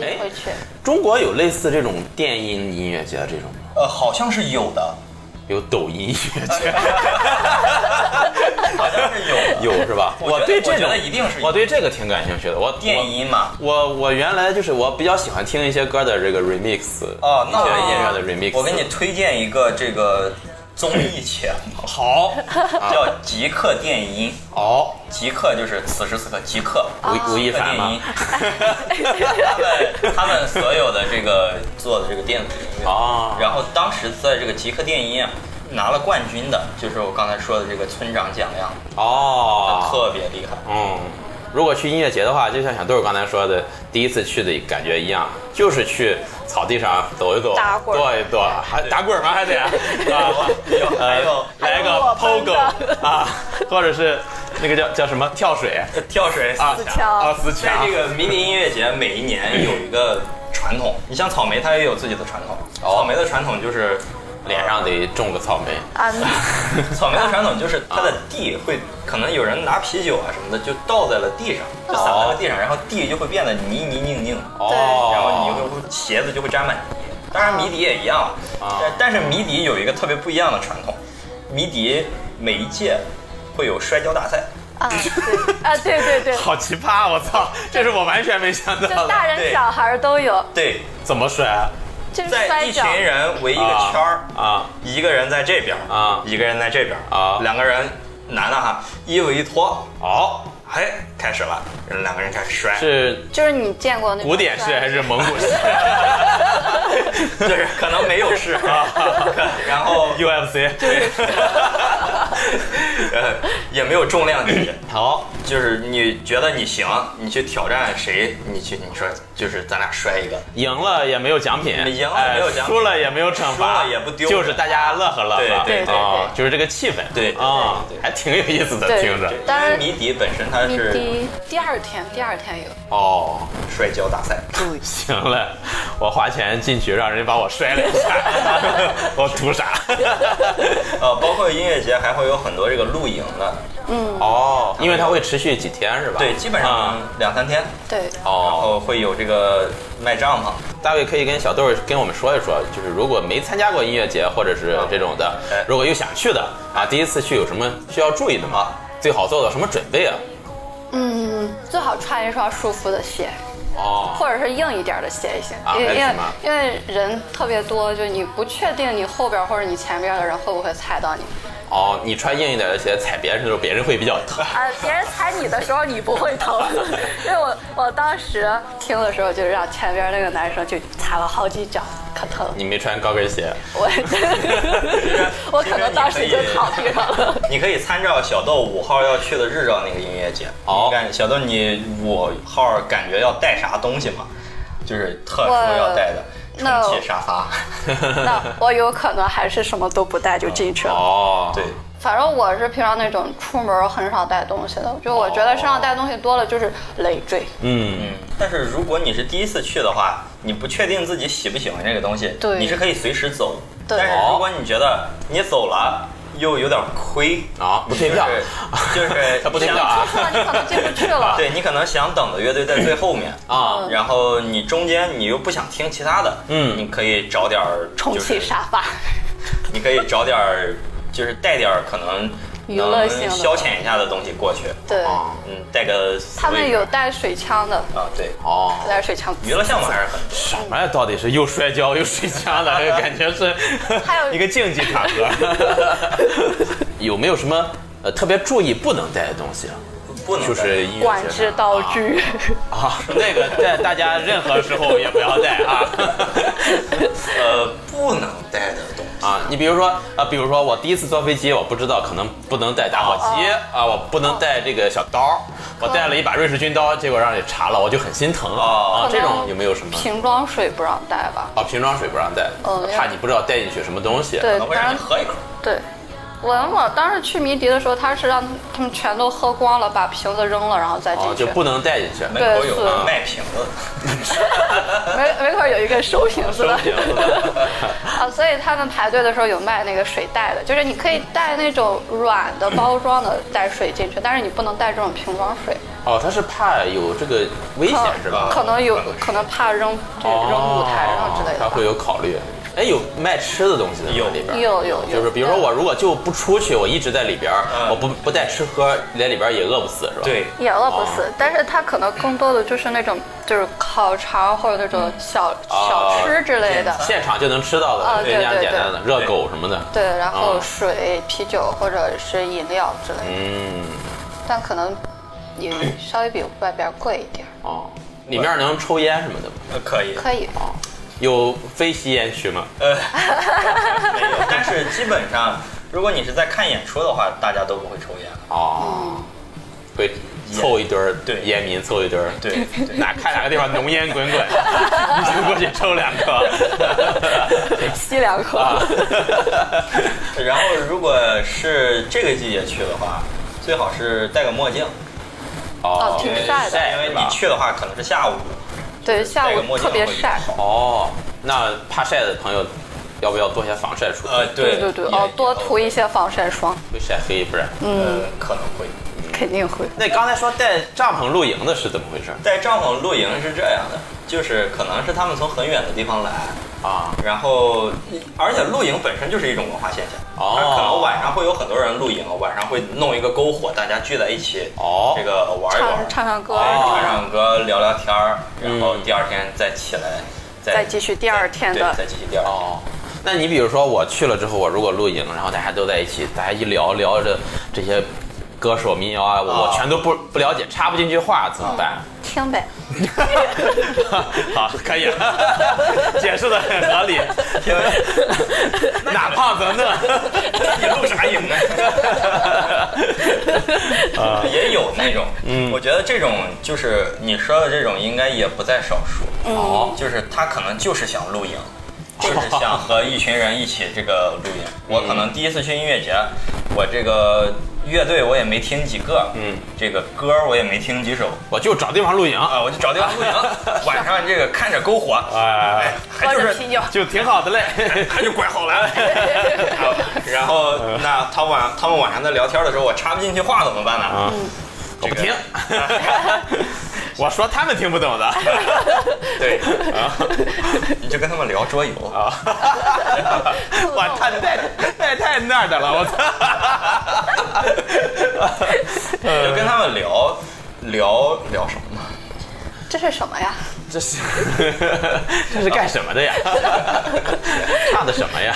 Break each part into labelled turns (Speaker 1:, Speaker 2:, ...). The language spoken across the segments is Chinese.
Speaker 1: 哎中国有类似这种电音音乐节这种吗？
Speaker 2: 呃，好像是有 的，
Speaker 1: 有抖音音乐节，
Speaker 2: 好像是有的。
Speaker 1: 有是吧？
Speaker 2: 呃我觉得
Speaker 1: 对这
Speaker 2: 我觉
Speaker 1: 种
Speaker 2: 得一定是有
Speaker 1: 我对这个挺感兴趣的。我
Speaker 2: 电音嘛，
Speaker 1: 我我原来就是我比较喜欢听一些歌的这个 remix，
Speaker 2: 哦，那
Speaker 1: 一
Speaker 2: 我
Speaker 1: 些音乐的 remix。
Speaker 2: 我给你推荐一个这个综艺节 目，
Speaker 1: 好，
Speaker 2: 叫《极客电音
Speaker 1: 好，》，
Speaker 2: 极客就是此时此刻极客。
Speaker 1: 吴吴亦
Speaker 2: 极客
Speaker 1: 凡
Speaker 2: 电
Speaker 1: 吗
Speaker 2: 音？，
Speaker 1: 啊
Speaker 2: 他 们他们所有的这个做的这个电子音乐，
Speaker 1: 哦
Speaker 2: 然后当时在这个极客电音啊拿了冠军的，就是我刚才说的这个村长蒋亮，
Speaker 1: 哦，
Speaker 2: 特别厉害。
Speaker 1: 嗯，如果去音乐节的话，就像小豆儿刚才说的，第一次去的感觉一样，就是去草地上走一走，
Speaker 3: 打滚儿
Speaker 1: 跺一跺，还打滚儿吗？还得， 啊
Speaker 2: 有还有
Speaker 1: 呃来个
Speaker 3: 还有裸奔
Speaker 1: pogo
Speaker 3: 的
Speaker 1: 啊，或者是那个叫叫什么跳水
Speaker 2: 跳水
Speaker 1: 啊，
Speaker 3: 四强
Speaker 1: 啊，四
Speaker 2: 在
Speaker 1: 强
Speaker 2: 这，个迷笛音乐节，每一年有一个传统。你像草莓，它也有自己的传统。
Speaker 1: 哦
Speaker 2: 草莓的传统就是
Speaker 1: 脸 上得种个草莓，
Speaker 3: 啊，
Speaker 2: 草莓的传统就是它的地会，可能有人拿啤酒啊什么的就倒在了地上，就洒在了地上，然后地就会变得泥泥泞泞，
Speaker 1: 哦，
Speaker 2: 然后你就会鞋子就会沾满泥。当然迷笛也一样了，
Speaker 1: 啊
Speaker 2: 但但是迷笛有一个特别不一样的传统，迷笛每一届会有摔跤大赛，
Speaker 3: 啊，对，啊，对对对，
Speaker 1: 好奇葩！我操，这是我完全没想到
Speaker 3: 就
Speaker 1: 的。
Speaker 3: 大人小孩都有，
Speaker 2: 对，
Speaker 1: 怎么甩啊？
Speaker 3: 就是
Speaker 2: 在
Speaker 3: 摔
Speaker 2: 一
Speaker 3: 跤
Speaker 2: 群，人围一个圈儿
Speaker 1: 啊
Speaker 2: 一个人在这边儿
Speaker 1: 啊
Speaker 2: 一个人在这边儿
Speaker 1: 啊
Speaker 2: 两个人男的哈，衣服一脱，
Speaker 1: 好、
Speaker 2: 哎，开始了，两个人开始摔，
Speaker 1: 是
Speaker 3: 就是你见过那种
Speaker 1: 古典式
Speaker 3: 摔
Speaker 1: 还是蒙古式
Speaker 2: 就是可能没有事 啊，然后
Speaker 1: ？UFC
Speaker 2: 呃也没有重量级，
Speaker 1: 好，
Speaker 2: 就是你觉得你行，你去挑战谁，你去你说就是咱俩摔一个，
Speaker 1: 赢了也没有奖品，
Speaker 2: 赢了
Speaker 1: 哎
Speaker 2: 没有奖品
Speaker 1: 输了也没有惩罚，
Speaker 2: 输了也不丢人
Speaker 1: 就是大家乐呵乐呵，
Speaker 2: 对
Speaker 3: 对对
Speaker 1: 啊就是这个气氛，
Speaker 2: 对
Speaker 1: 啊
Speaker 2: 对对，对
Speaker 1: 还挺有意思的，
Speaker 3: 对
Speaker 1: 听着，
Speaker 3: 当然
Speaker 2: 因为谜底本身它
Speaker 3: 迷
Speaker 2: 是
Speaker 3: 笛，第二天第二天有，
Speaker 1: 哦，
Speaker 2: 摔跤大赛，
Speaker 1: 行了，我花钱进去让人把我摔了一 下，我图啥？
Speaker 2: 呃，包括音乐节还会有很多这个露营的，
Speaker 1: 哦，因为它会持续几天是吧？
Speaker 2: 对，基本上
Speaker 1: 嗯
Speaker 2: 两三天，
Speaker 3: 对，
Speaker 2: 然
Speaker 1: 哦，
Speaker 2: 后会有这个卖帐篷。
Speaker 1: 大卫可以跟小豆儿跟我们说一说，就是如果没参加过音乐节或者是这种的
Speaker 2: 哎，
Speaker 1: 如果又想去的啊，第一次去有什么需要注意的吗？最好做到什么准备啊？
Speaker 3: 嗯，最好穿一双舒服的鞋，
Speaker 1: 哦，
Speaker 3: 或者是硬一点的鞋也行，
Speaker 1: 啊
Speaker 3: 因为
Speaker 1: 还
Speaker 3: 因为
Speaker 1: 行吧
Speaker 3: 因为人特别多，就你不确定你后边或者你前边的人会不会踩到你，
Speaker 1: 哦，你穿硬一点的鞋，踩别人的时候别人会比较疼。
Speaker 3: 啊，别人踩你的时候你不会 疼，因为我我当时听的时候就让前边那个男生就踩了好几脚，可疼，
Speaker 1: 你没穿高跟鞋，
Speaker 3: 我我可能当时就躺地上了。
Speaker 2: 你可以参照小豆五号要去的日照那个音乐节。
Speaker 1: 好
Speaker 2: 你感小豆你五号感觉要带啥东西吗？就是特殊
Speaker 3: 我
Speaker 2: 要带的充
Speaker 3: 那
Speaker 2: 气沙发。
Speaker 3: 那我有可能还是什么都不带就进去了。
Speaker 1: 哦，
Speaker 2: 对，，
Speaker 3: 反正我是平常那种出门很少带东西的，就我觉得身上带东西多了就是累赘。
Speaker 1: 嗯，
Speaker 2: 嗯。但是如果你是第一次去的话，你不确定自己喜不喜欢这个东西，
Speaker 3: 对
Speaker 2: 你是可以随时走。
Speaker 3: 对
Speaker 2: 但是如果你觉得你走了又有点亏
Speaker 1: 啊不退票
Speaker 2: 就是就是
Speaker 1: 他不退票啊
Speaker 3: 那你可能进不去 了。
Speaker 2: 对你可能想等的乐队在最 后面
Speaker 3: 嗯
Speaker 1: 啊
Speaker 2: 然后你中间你又不想听其他的，
Speaker 1: 嗯
Speaker 2: 你可以找点儿
Speaker 3: 充
Speaker 2: 就是
Speaker 3: 气沙发，
Speaker 2: 你可以找点儿，就是带点儿可能
Speaker 3: 娱乐性的
Speaker 2: 能消遣一下的东西过去。
Speaker 3: 对，
Speaker 1: 哦
Speaker 2: 嗯，带个 Switch
Speaker 3: 他们有带水枪的，
Speaker 2: 啊，对，
Speaker 1: 哦，
Speaker 3: 带水枪。
Speaker 2: 娱乐项目还是很多。
Speaker 1: 什么呀？到底是又摔跤又水枪的， 感觉是
Speaker 3: 还有
Speaker 1: 一个竞技场合。有没有什么呃特别注意不能带的东西啊？
Speaker 2: 不能
Speaker 1: 就是音乐节
Speaker 3: 管制道具，
Speaker 1: 啊，那个在大家任何时候也不要带啊
Speaker 2: 带呃不能带的东西。
Speaker 1: 啊！你比如说啊，比如说我第一次坐飞机，我不知道可能不能带打火机
Speaker 3: 哦
Speaker 1: 啊，我不能带这个小刀，我带了一把瑞士军刀，结果让你查了，我就很心疼啊
Speaker 2: 哦。
Speaker 1: 这种有没有什么？
Speaker 3: 瓶装水不让带吧？
Speaker 1: 啊，瓶装水不让带
Speaker 3: 哦，
Speaker 1: 怕你不知道带进去什么东西。
Speaker 3: 对
Speaker 2: 可能，会
Speaker 3: 反
Speaker 2: 让你
Speaker 3: 正
Speaker 2: 喝一口，
Speaker 3: 对。我我当时去迷笛的时候，他是让他们全都喝光了，把瓶子扔了，然后再进
Speaker 1: 哦，
Speaker 3: 去。
Speaker 1: 就不能带进去。
Speaker 2: 门口
Speaker 3: 是
Speaker 2: 有卖瓶子，
Speaker 3: 门门口有一个收瓶子的
Speaker 1: 收瓶子
Speaker 3: 啊，所以他们排队的时候有卖那个水袋的，就是你可以带那种软的包装的带水进去，但是你不能带这种瓶装水。
Speaker 1: 哦，他是怕有这个危险是吧？
Speaker 3: 可能有
Speaker 1: 办公室
Speaker 3: 可能怕扔这扔舞台上之类
Speaker 1: 他
Speaker 3: 的吧。
Speaker 1: 哦会有考虑。哎，有卖吃的东西的吗
Speaker 2: 有
Speaker 1: 里边儿
Speaker 3: 有有有
Speaker 1: 就是比如说我如果就不出去，我一直在里边儿，
Speaker 2: 嗯
Speaker 1: 我不不带吃喝，在里边儿也饿不死是吧？
Speaker 2: 对，
Speaker 3: 也饿不死，
Speaker 2: 哦
Speaker 3: 但是它可能更多的就是那种就是烤肠或者那
Speaker 2: 嗯
Speaker 3: 种小
Speaker 2: 啊
Speaker 3: 小吃之类的，
Speaker 1: 现场就能吃到
Speaker 3: 啊
Speaker 1: 的，
Speaker 3: 对
Speaker 1: 非常
Speaker 3: 对
Speaker 1: 简单的热
Speaker 2: 对
Speaker 1: 狗什么的。
Speaker 3: 对，然后
Speaker 1: 啊
Speaker 3: 水、啤酒或者是饮料之类的，
Speaker 1: 嗯，
Speaker 3: 但可能也 稍微比外边贵一点。
Speaker 1: 哦，里面能抽烟什么的吗？
Speaker 2: 呃可以，
Speaker 3: 可以，哦
Speaker 1: 有非吸烟区吗？
Speaker 2: 呃，没有，但是基本上，如果你是在看演出的话，大家都不会抽烟了。
Speaker 1: 哦，
Speaker 3: 嗯
Speaker 1: 会凑一堆儿，
Speaker 2: 对
Speaker 1: 烟民凑一堆儿，
Speaker 2: 对，对
Speaker 1: 哪看哪个地方浓烟滚滚，你就过去抽两颗。
Speaker 3: 吸两口。
Speaker 1: 啊，
Speaker 2: 然后如果是这个季节去的话，最好是戴个墨镜，
Speaker 3: 哦
Speaker 1: 哦
Speaker 3: 挺
Speaker 2: 因为
Speaker 3: 晒的
Speaker 2: 因为
Speaker 1: 是
Speaker 2: 你
Speaker 1: 吧
Speaker 2: 去的话可能是下午，
Speaker 3: 对，下
Speaker 2: 戴个
Speaker 3: 午
Speaker 2: 墨镜
Speaker 3: 特别
Speaker 2: 会
Speaker 3: 晒。
Speaker 2: 好。
Speaker 1: 哦，那怕晒的朋友，要不要多些防晒涂？
Speaker 2: 呃，对
Speaker 3: 对对，哦，多涂一，些防晒霜，
Speaker 2: 嗯
Speaker 1: 会晒黑不然。
Speaker 3: 嗯
Speaker 2: 也呃，可能会。
Speaker 3: 肯定会。
Speaker 1: 那刚才说带帐篷露营的是怎么回事
Speaker 2: 在帐篷露营是这样的，就是可能是他们从很远的地方来，
Speaker 1: 啊？
Speaker 2: 然后而且露营本身就是一种文化现象。
Speaker 1: 哦
Speaker 2: 它可能晚上会有很多人露营，晚上会弄一个篝火，大家聚在一起，
Speaker 1: 哦
Speaker 2: 这个玩一玩
Speaker 3: 唱，唱唱歌，
Speaker 2: 哎
Speaker 1: 哦
Speaker 2: 唱唱歌，聊聊天儿，然后第二天再起来，
Speaker 3: 再继续第二天的
Speaker 2: 对再继续第二天。
Speaker 1: 哦，那你比如说我去了之后，我如果露营，然后大家都在一起，大家一聊聊着这些歌手民谣啊，我
Speaker 2: 啊
Speaker 1: 全都不不了解，插不进去话怎么办？
Speaker 3: 听呗。
Speaker 1: 嗯 好，可以，啊 解释的很合理，
Speaker 2: 因为
Speaker 1: 哪胖子呢？
Speaker 2: 你露啥营 啊？也有那种，嗯，我觉得这种就是你说的这种，应该也不在少数。
Speaker 1: 哦，
Speaker 2: 就是他可能就是想露营，就是想和一群人一起这个露 营。我可能第一次去音乐节，我这个乐队我也没听几个，嗯，这个歌我也没听几首
Speaker 1: 我就找地方露营，
Speaker 2: 啊，我就找地方露 营，晚上这个看着篝火，
Speaker 1: 哎，
Speaker 2: 他就
Speaker 3: 喝着
Speaker 2: 是
Speaker 3: 啤酒，
Speaker 1: 就挺好的嘞。
Speaker 2: 他就拐好了。然后那他晚他们晚上在聊天的时候，我插不进去话怎么办呢？
Speaker 1: 啊我不
Speaker 2: 这个
Speaker 1: 听， 我说他们听不懂的。
Speaker 2: 对， 你就跟他们聊桌游啊，
Speaker 1: 哇，他太太太那儿的了，我操！
Speaker 2: 你就跟他们聊聊聊什么呢？
Speaker 3: 这是什么呀？
Speaker 1: 这是 这是干什么的 呀？唱的什么呀？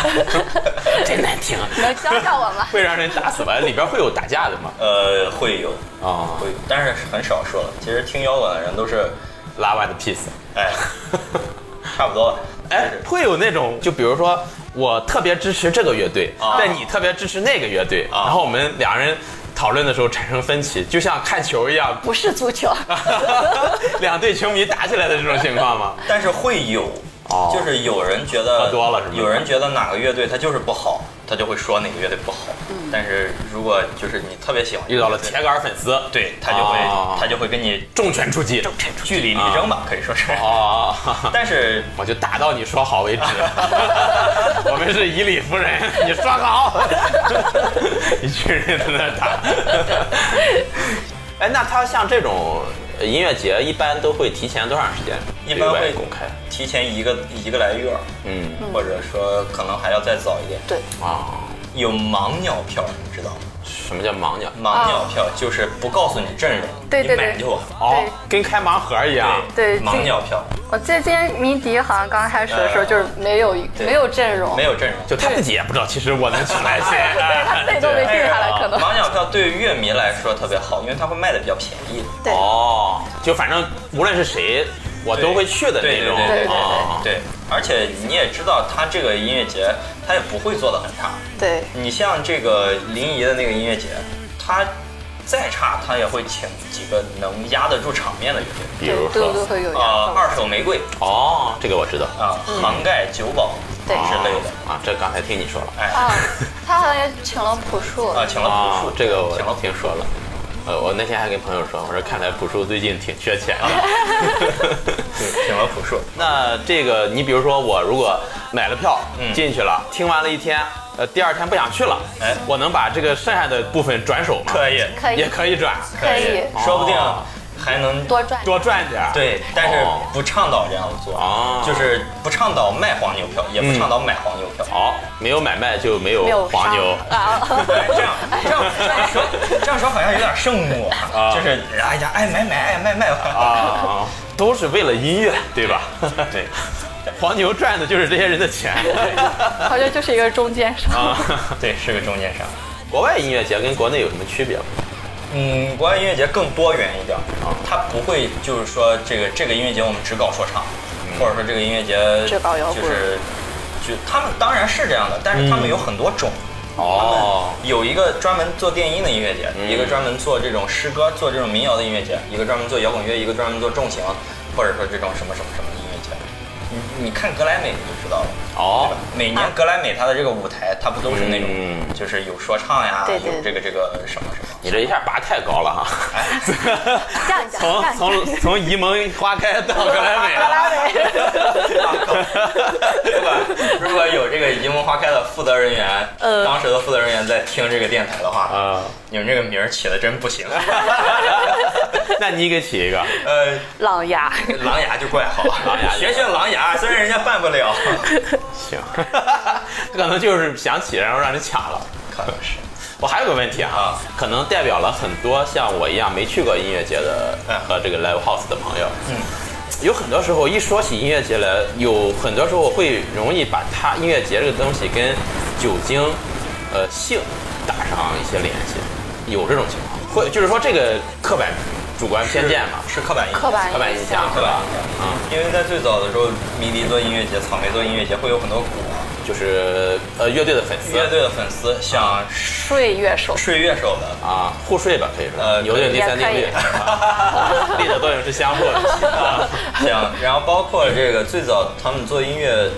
Speaker 1: 真难听，啊
Speaker 3: 能教教我 吗？
Speaker 1: 会让人打死吗？里边会有打架的吗？
Speaker 2: 呃，会有。
Speaker 1: 啊、
Speaker 2: 会有，但是很少说了。其实听摇滚的人都是，
Speaker 1: 拉完的 piece。
Speaker 2: 哎，差不多了。
Speaker 1: 哎，会有那种，就比如说我特别支持这个乐队，
Speaker 2: 啊
Speaker 1: 但你特别支持那个乐队，
Speaker 2: 啊
Speaker 1: 然后我们两人讨论的时候产生分歧，就像看球一 样，
Speaker 3: 不是足球，
Speaker 2: 啊
Speaker 1: 两队球迷打起来的这种情况吗？
Speaker 2: 但是会有，
Speaker 1: 哦
Speaker 2: 就是有人觉
Speaker 1: 喝
Speaker 2: 得
Speaker 1: 多了是吗
Speaker 2: 有人觉得哪个乐队他就是不好，他就会说哪个乐队不好。但是如果就是你特别喜欢
Speaker 1: 遇到了
Speaker 2: 这个
Speaker 1: 铁
Speaker 2: 乐队
Speaker 1: 杆粉丝，
Speaker 2: 对他就会、
Speaker 1: 哦
Speaker 2: 他就会跟你
Speaker 1: 重拳出击，
Speaker 2: 据理力争吧，可以说是。
Speaker 1: 哦，哈哈
Speaker 2: 但是
Speaker 1: 我就打到你说好为止。 我们是以理服人， 你说好，一群人在那打。 哎，那他像这种呃音乐节，一般都会提前多长时间
Speaker 2: 一
Speaker 1: 对
Speaker 2: 般会
Speaker 1: 外公开？
Speaker 2: 提前一个一个来月儿，
Speaker 1: 嗯
Speaker 2: 或者说可能还要再早一点。
Speaker 3: 对，
Speaker 1: 啊，
Speaker 2: 有盲鸟票，你知道吗？
Speaker 1: 什么叫盲鸟？
Speaker 2: 盲鸟票就是不告诉你阵容，
Speaker 3: 对对
Speaker 2: 你买
Speaker 3: 对
Speaker 2: 就完了。
Speaker 1: 哦，跟开盲盒一样。
Speaker 3: 对
Speaker 2: 盲鸟票
Speaker 3: 我记得今天迷笛好像刚开始的时候就是没有
Speaker 2: 对
Speaker 3: 没有阵容，
Speaker 2: 没有阵容，
Speaker 1: 就他自己也不知道，其实我能请来谁。
Speaker 3: 对他 自己都没
Speaker 1: 哎
Speaker 3: 定下来，可能
Speaker 2: 啊盲鸟票对于乐迷来说特别好，因为它会卖的比较便宜。
Speaker 3: 对
Speaker 1: 哦，就反正无论是谁，我都会去的
Speaker 2: 对
Speaker 1: 那
Speaker 2: 对
Speaker 1: 种。
Speaker 2: 对对对
Speaker 1: 哦
Speaker 2: 对对，而且你也知道，它这个音乐节它也不会做的很差。
Speaker 3: 对
Speaker 2: 你像这个临沂的那个音乐节，它再差，它也会请几个能压得住场面的乐队，
Speaker 1: 啊比如
Speaker 3: 对都
Speaker 1: 说，啊
Speaker 3: 会有
Speaker 2: 呃，
Speaker 3: 压
Speaker 2: 二手玫瑰
Speaker 1: 哦，这个我知道。
Speaker 2: 啊，杭盖九堡之
Speaker 3: 对
Speaker 2: 类的，
Speaker 1: 啊，这刚才听你说了。
Speaker 2: 哎，
Speaker 3: 啊，他好像也请了朴树，
Speaker 2: 啊，请了
Speaker 1: 啊
Speaker 2: 朴树，，
Speaker 1: 这个我
Speaker 2: 请了朴
Speaker 1: 听说了。呃，我那天还跟朋友说，我说看来朴树最近挺缺钱的。哦
Speaker 2: 树，请了朴树。
Speaker 1: 那这个，你比如说我如果买了票、
Speaker 2: 嗯
Speaker 1: 进去了，听完了一天，呃，第二天不想去了，
Speaker 2: 哎
Speaker 1: 我能把这个剩下的部分转手吗？
Speaker 2: 可以，
Speaker 3: 可以
Speaker 1: 也可以转，
Speaker 3: 可以
Speaker 2: 说不定还能
Speaker 3: 多赚
Speaker 1: 多赚点儿。
Speaker 2: 对，但是
Speaker 1: 哦
Speaker 2: 不倡导这样做，
Speaker 1: 哦
Speaker 2: 就是不倡导卖黄牛票，也不倡导买黄牛票。。
Speaker 1: 好，没有买卖就没
Speaker 3: 没
Speaker 1: 有
Speaker 3: 有
Speaker 1: 黄牛。
Speaker 3: 伤啊
Speaker 2: 哎这样这样这样说，这样说好像有点圣母
Speaker 1: 啊
Speaker 2: 啊，就是哎呀，爱买买，爱卖卖啊。
Speaker 1: 啊， 都是为了音乐， 对吧？
Speaker 2: 对，
Speaker 1: 黄牛赚的就是这些人的 钱。
Speaker 3: 好像就是一个中间商。
Speaker 1: 啊，
Speaker 2: 对，是个中间商。
Speaker 1: 国外音乐节跟国内有什么区别吗？
Speaker 2: 嗯，国外音乐节更多元一点，啊它不会就是说这个这个音乐节我们只搞说唱，或者说这个音乐节
Speaker 3: 只搞摇滚
Speaker 2: 就是就他们当然是这样的，但是他们有很多种。
Speaker 1: 哦，
Speaker 2: 有一个专门做电音的音乐节，一个专门做这种诗歌、做这种民谣的音乐节，一个专门做摇滚乐，一个专门做重型，或者说这种什么什么什么音乐节。你你看格莱美你就知道了。
Speaker 1: 哦，
Speaker 2: 每
Speaker 3: 啊
Speaker 2: 年格莱美它的这个舞台，它不都是那种，
Speaker 1: 嗯
Speaker 2: 就是有说唱呀，
Speaker 3: 对对
Speaker 2: 有这个这个什么什么。
Speaker 1: 你这一下拔太高了哈。
Speaker 3: 这样讲，这
Speaker 1: 从
Speaker 3: 样讲，
Speaker 1: 从从沂蒙花开到格莱美，
Speaker 3: 格莱美
Speaker 2: 如果如果有这个沂蒙花开的负责人员，
Speaker 3: 呃
Speaker 2: 当时的负责人员在听这个电台的话，
Speaker 1: 啊，
Speaker 2: 你们这个名儿起的真不 行。
Speaker 1: 那你给起一个，
Speaker 2: 呃，
Speaker 3: 狼牙，
Speaker 2: 狼牙就怪好，
Speaker 1: 狼牙就
Speaker 2: 学学狼牙，虽然人家办不了，
Speaker 1: 行， 可能就是想起，然后让人抢了。
Speaker 2: 可能是，
Speaker 1: 我还有个问题啊
Speaker 2: 啊，
Speaker 1: 可能代表了很多像我一样没去过音乐节的
Speaker 2: 嗯
Speaker 1: 和这个 live house 的朋友。
Speaker 2: 嗯，
Speaker 1: 有很多时候一说起音乐节来，有很多时候我会容易把它音乐节这个东西跟酒精、呃性打上一些联系，有这种情况，会就是说这个刻板主观偏见嘛，
Speaker 2: 是刻板印象，
Speaker 3: 刻板
Speaker 1: 刻板印
Speaker 3: 印
Speaker 1: 象
Speaker 3: 象。
Speaker 1: 是
Speaker 2: 刻板
Speaker 1: 吧
Speaker 2: 印？
Speaker 1: 啊、
Speaker 2: 象。因为在最早的时候，迷笛做音乐节，草莓做音乐节，会有很多鼓
Speaker 1: 就是呃乐队的粉丝
Speaker 2: 乐队的粉丝想
Speaker 3: 睡乐手，
Speaker 2: 睡乐手的，
Speaker 1: 啊互睡吧，可以说，
Speaker 2: 呃
Speaker 1: 有点第三定律
Speaker 3: 也，
Speaker 1: 啊力的作用是相互的。啊
Speaker 2: 行，然后包括这个最早他们做音乐，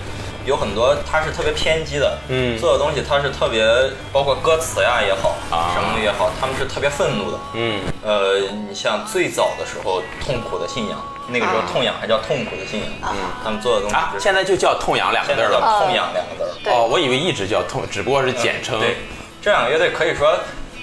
Speaker 2: 有很多它是特别偏激的，
Speaker 1: 嗯
Speaker 2: 做的东西它是特别，包括歌词呀也好，
Speaker 1: 啊
Speaker 2: 什么也好，他们是特别愤怒的。
Speaker 1: 嗯，
Speaker 2: 呃，你像最早的时候，痛苦的信仰，那个时候
Speaker 3: 啊
Speaker 2: 痛仰还叫痛苦的信仰，嗯，他们做的东西
Speaker 1: 啊，
Speaker 2: 就是
Speaker 1: 现在就叫痛痒两个
Speaker 2: 现
Speaker 1: 字
Speaker 2: 在
Speaker 1: 儿
Speaker 2: 叫
Speaker 1: 了吗。
Speaker 2: 痛仰两个字儿，
Speaker 3: 对
Speaker 1: 哦，我以为一直叫痛，只不过是简称。
Speaker 2: 嗯对，这两个乐队可以说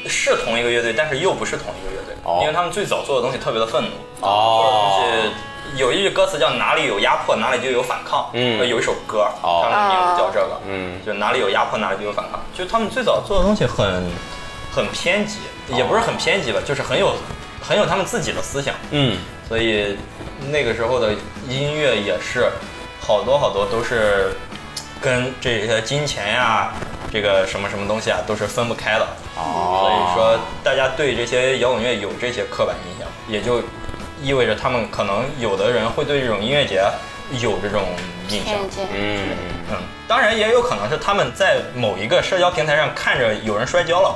Speaker 2: 是同一个乐队，但是又不是同一个乐队，
Speaker 1: 哦
Speaker 2: 因为他们最早做的东西特别的愤怒。
Speaker 1: 哦，
Speaker 2: 就是有一句歌词叫“哪里有压迫，哪里就有反抗”。呃
Speaker 1: 嗯
Speaker 2: 有一首歌，
Speaker 1: 哦
Speaker 2: 他们名字叫这个。
Speaker 1: 嗯
Speaker 2: 就哪里有压迫，哪里就有反抗。就他们最早做的东西很很偏激，也不是很偏激吧，就是很有很有他们自己的思想。
Speaker 1: 嗯，
Speaker 2: 所以那个时候的音乐也是好多好多都是跟这些金钱呀、这个什么什么东西啊，都是分不开的。所
Speaker 1: 哦，
Speaker 2: 以说，大家对这些摇滚乐有这些刻板印象，也就意味着他们可能有的人会对这种音乐节有这种印象。
Speaker 3: 偏见，
Speaker 1: 嗯，
Speaker 2: 嗯，当然也有可能是他们在某一个社交平台上看着有人摔跤了。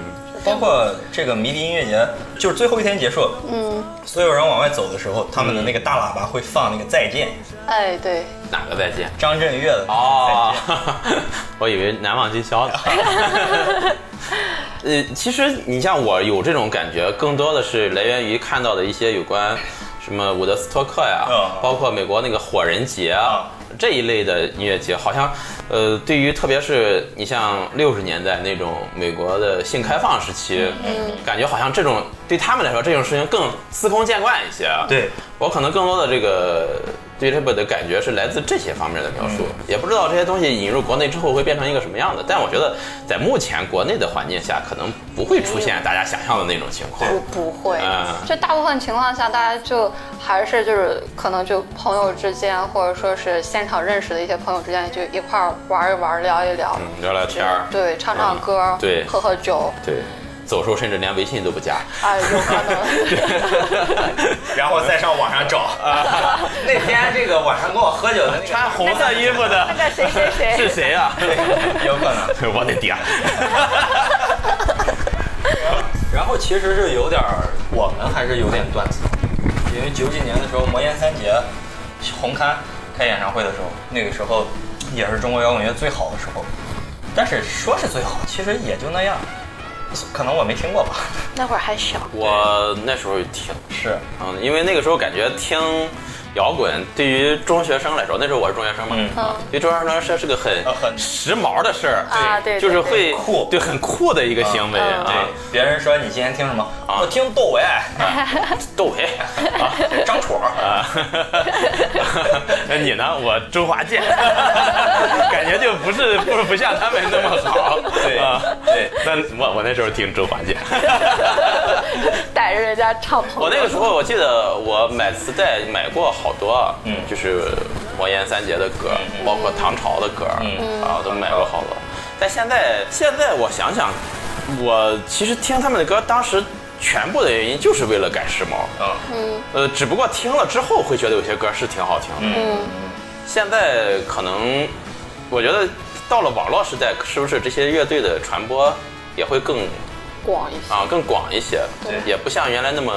Speaker 2: 包括这个迷笛音乐节，就是最后一天结束，
Speaker 3: 嗯，
Speaker 2: 所有人往外走的时候，他们的那个大喇叭会放那个再见，
Speaker 3: 哎，对，
Speaker 1: 哪个再见？
Speaker 2: 张震岳的那
Speaker 1: 哦
Speaker 2: 个再见。，
Speaker 1: 我以为难忘今宵呢。呃，其实你像我有这种感觉，更多的是来源于看到的一些有关什么伍德斯托克呀，
Speaker 2: 嗯
Speaker 1: 包括美国那个火人节啊
Speaker 2: 啊
Speaker 1: 这一类的音乐节，好像呃，对于特别是你像六十年代那种美国的性开放时期，感觉好像这种对他们来说这种事情更司空见惯一些。啊
Speaker 2: 对，
Speaker 1: 我可能更多的这个对这本的感觉是来自这些方面的描述，也不知道这些东西引入国内之后会变成一个什么样子。但我觉得在目前国内的环境下，可能不会出现大家想象的那种情况。
Speaker 3: 不不会
Speaker 1: 嗯，
Speaker 3: 就大部分情况下，大家就还是就是可能就朋友之间，或者说是现场认识的一些朋友之间，就一块儿玩一玩，聊一聊，
Speaker 1: 嗯聊聊天儿，
Speaker 3: 对，唱唱歌，
Speaker 1: 对
Speaker 3: 喝喝酒，
Speaker 1: 对，走时候甚至连微信都不加。
Speaker 3: 啊，有可能。
Speaker 2: 然后再上网上找。 那天这个晚上跟我喝酒的那个
Speaker 1: 穿红色衣服的
Speaker 3: 那个谁谁
Speaker 1: 是
Speaker 3: 谁，
Speaker 1: 谁啊？
Speaker 2: 有可能。
Speaker 1: 我的爹！
Speaker 2: 然后其实是有点儿，我们还是有点断层，因为九几年的时候魔岩三杰，红磡开演唱会的时候，那个时候也是中国摇滚乐最好的时候，但是说是最好，其实也就那样，可能我没听过吧。
Speaker 3: 那会儿还小，
Speaker 1: 我那时候就听，
Speaker 2: 是，
Speaker 1: 嗯，因为那个时候感觉听摇滚对于中学生来说，那时候我是中学生嘛，
Speaker 2: 嗯
Speaker 1: 啊，对中学生是个很
Speaker 2: 呃很
Speaker 1: 时髦的事儿，
Speaker 3: 啊对
Speaker 1: 就是会
Speaker 2: 对酷
Speaker 1: 对，很酷的一个行为
Speaker 3: 嗯
Speaker 1: 啊，
Speaker 2: 对，别人说你今天听什么，我听窦唯、
Speaker 1: 窦唯啊。
Speaker 2: 张楚，
Speaker 1: 啊， 那你呢？我周华健， 感觉就不是不不像他们那么好。
Speaker 2: 对
Speaker 1: 啊，
Speaker 2: 对，
Speaker 1: 那我我那时候听周华健，
Speaker 3: 逮着人家唱 朋友。
Speaker 1: 我那个时候我记得我买磁带买过好多，啊
Speaker 2: 嗯
Speaker 1: 就是魔岩三杰的歌，
Speaker 2: 嗯
Speaker 1: 包括唐朝的歌，
Speaker 2: 嗯
Speaker 1: 啊，我都买过好多。但现在现在我想想，我其实听他们的歌，当时全部的原因就是为了赶时髦。
Speaker 2: 嗯
Speaker 1: 呃，只不过听了之后会觉得有些歌是挺好听的，
Speaker 2: 嗯，
Speaker 1: 现在可能，我觉得到了网络时代，是不是这些乐队的传播也会更
Speaker 3: 广一些。
Speaker 1: 啊更广一些？
Speaker 2: 对
Speaker 1: 也不像原来那么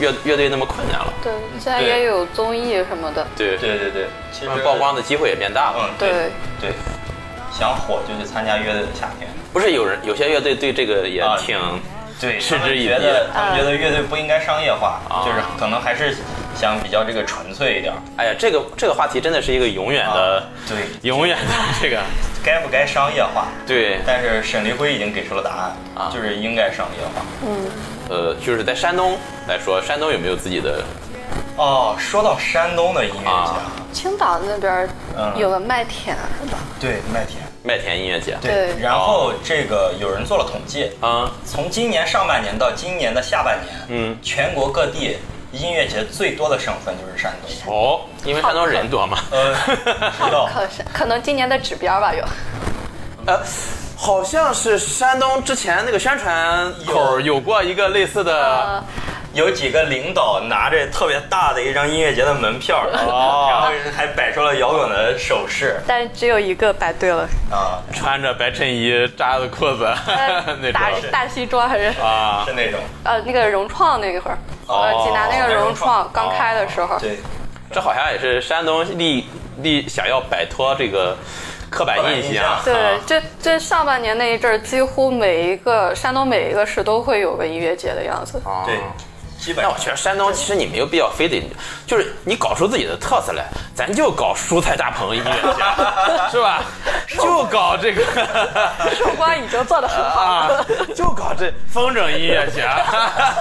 Speaker 1: 乐乐队那么困难了。
Speaker 3: 对，现在也有综艺什么的。
Speaker 1: 对，
Speaker 2: 对对对，其实
Speaker 1: 他们曝光的机会也变大了。
Speaker 2: 嗯，
Speaker 3: 对
Speaker 2: 呃对对，想火就去参加乐队的夏天。
Speaker 1: 不是有人有些乐队对这个也
Speaker 2: 啊
Speaker 1: 挺
Speaker 2: 对，
Speaker 1: 嗤
Speaker 2: 他
Speaker 1: 之
Speaker 2: 们
Speaker 1: 以
Speaker 2: 觉
Speaker 1: 鼻
Speaker 2: 得他们觉得乐队不应该商业化，
Speaker 1: 啊
Speaker 2: 就是可能还是想比较这个纯粹一点儿。
Speaker 1: 哎呀，这个这个话题真的是一个永远的
Speaker 2: 啊，对，
Speaker 1: 永远的这个
Speaker 2: 该不该商业化？
Speaker 1: 对
Speaker 2: 但是沈黎辉已经给出了答案，
Speaker 1: 啊
Speaker 2: 就是应该商业化。
Speaker 1: 呃，就是在山东来说，山东有没有自己的
Speaker 2: 哦，说到山东的音乐节，
Speaker 1: 啊
Speaker 3: 青岛那边
Speaker 2: 嗯
Speaker 3: 有个麦田是吧？
Speaker 2: 对麦田，
Speaker 1: 麦田音乐节？
Speaker 3: 对
Speaker 2: 然后这个有人做了统计，
Speaker 1: 啊，
Speaker 2: 从今年上半年到今年的下半年，
Speaker 1: 嗯
Speaker 2: 全国各地音乐节最多的省份就是山 东。
Speaker 1: 哦，因为山东人多嘛。
Speaker 2: 呃，知道
Speaker 3: 可是可能今年的指标吧有。
Speaker 1: 呃，好像是山东之前那个宣传口儿有过一个类似的
Speaker 3: 呃，
Speaker 2: 有几个领导拿着特别大的一张音乐节的门票，然
Speaker 1: 哦
Speaker 2: 后还摆出了摇滚的手势
Speaker 3: 但只有一个摆对 了，
Speaker 2: 啊，
Speaker 1: 穿着白衬衣、扎着裤子 那
Speaker 3: 呃打
Speaker 1: 种
Speaker 3: 大西装还 是
Speaker 1: 啊
Speaker 2: 是那种。
Speaker 3: 呃那个融创那一会儿，呃济南那个融
Speaker 2: 融创哦
Speaker 3: 创刚开的时候，
Speaker 2: 对，
Speaker 1: 这好像也是山东力力想要摆脱这个刻板印象。
Speaker 2: 刻
Speaker 3: 对
Speaker 1: 啊，
Speaker 3: 这这上半年那一阵儿，几乎每一个山东每一个市都会有个音乐节的样子。
Speaker 1: 啊
Speaker 2: 对，基本
Speaker 1: 但
Speaker 2: 上
Speaker 1: 我觉得山东其实你没有必要非得，就是你搞出自己的特色来，咱就搞蔬菜大棚 音乐节，是吧？就搞这个
Speaker 3: 曙光已经做得很好
Speaker 1: 啊
Speaker 3: 了，，
Speaker 1: 就搞这风筝音乐节。啊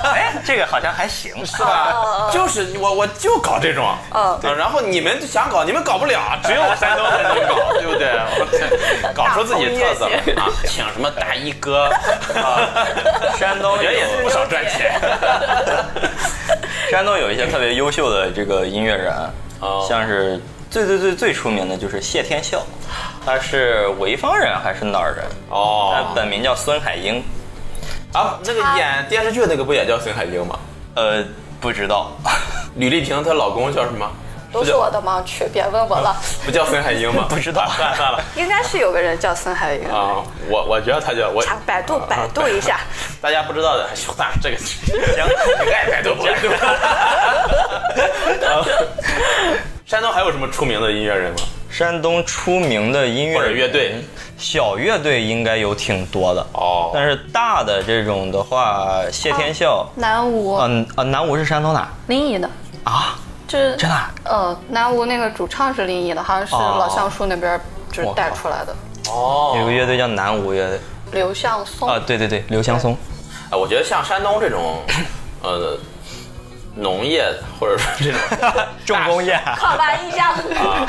Speaker 2: 哎，这个好像还行，是
Speaker 1: 是？
Speaker 3: 哦
Speaker 1: 吧？就是我我就搞这种，
Speaker 3: 嗯
Speaker 1: 对，然后你们想搞，你们搞 不了，只有我山东才能搞，对不对？我搞出自己特色来啊，请什么大衣 哥，
Speaker 2: 山东
Speaker 1: 我觉得也是不
Speaker 2: 有
Speaker 1: 少赚钱。
Speaker 2: 山东有一些特别优秀的这个音乐人，
Speaker 1: 哦
Speaker 2: 像是最最最最出名的就是谢天笑，他是潍坊人还是哪儿人？他
Speaker 1: 哦，
Speaker 2: 本名叫孙海英，
Speaker 1: 啊，那个演电视剧那个不也叫孙海英吗？
Speaker 2: 呃，不 知道。
Speaker 1: 吕丽萍她老公叫什么？
Speaker 3: 都是我的盲区，别问我了。
Speaker 1: 不叫孙海英吗？
Speaker 2: 不知道
Speaker 1: 算了算了
Speaker 3: 应该是有个人叫孙海云，
Speaker 1: 啊，我我觉得他叫我。
Speaker 3: 查百度百度一下。
Speaker 1: 大家不知道的， 哎呦算了，这个行，你爱百度不百度。啊山东还有什么出名的音乐人吗？
Speaker 2: 山东出名的音乐
Speaker 1: 或者乐队，
Speaker 2: 小乐队应该有挺多的
Speaker 1: 哦
Speaker 2: 但是大的这种的话，谢天笑，
Speaker 3: 南吴
Speaker 2: 嗯啊，南吴是山东哪儿
Speaker 3: 临沂的，
Speaker 2: 啊？
Speaker 3: 这
Speaker 2: 真的啊？
Speaker 3: 呃，南吴那个主唱是临沂的，好像是老橡树那边就是
Speaker 2: 我靠
Speaker 3: 带出来的。
Speaker 1: 哦
Speaker 2: 有个乐队叫南吴乐队
Speaker 3: 刘向松
Speaker 2: 啊，对对对，刘香松。
Speaker 1: 啊，我觉得像山东这种，呃，农业或者说 这种
Speaker 2: 重工业，
Speaker 3: 跨吧一下，
Speaker 1: 啊，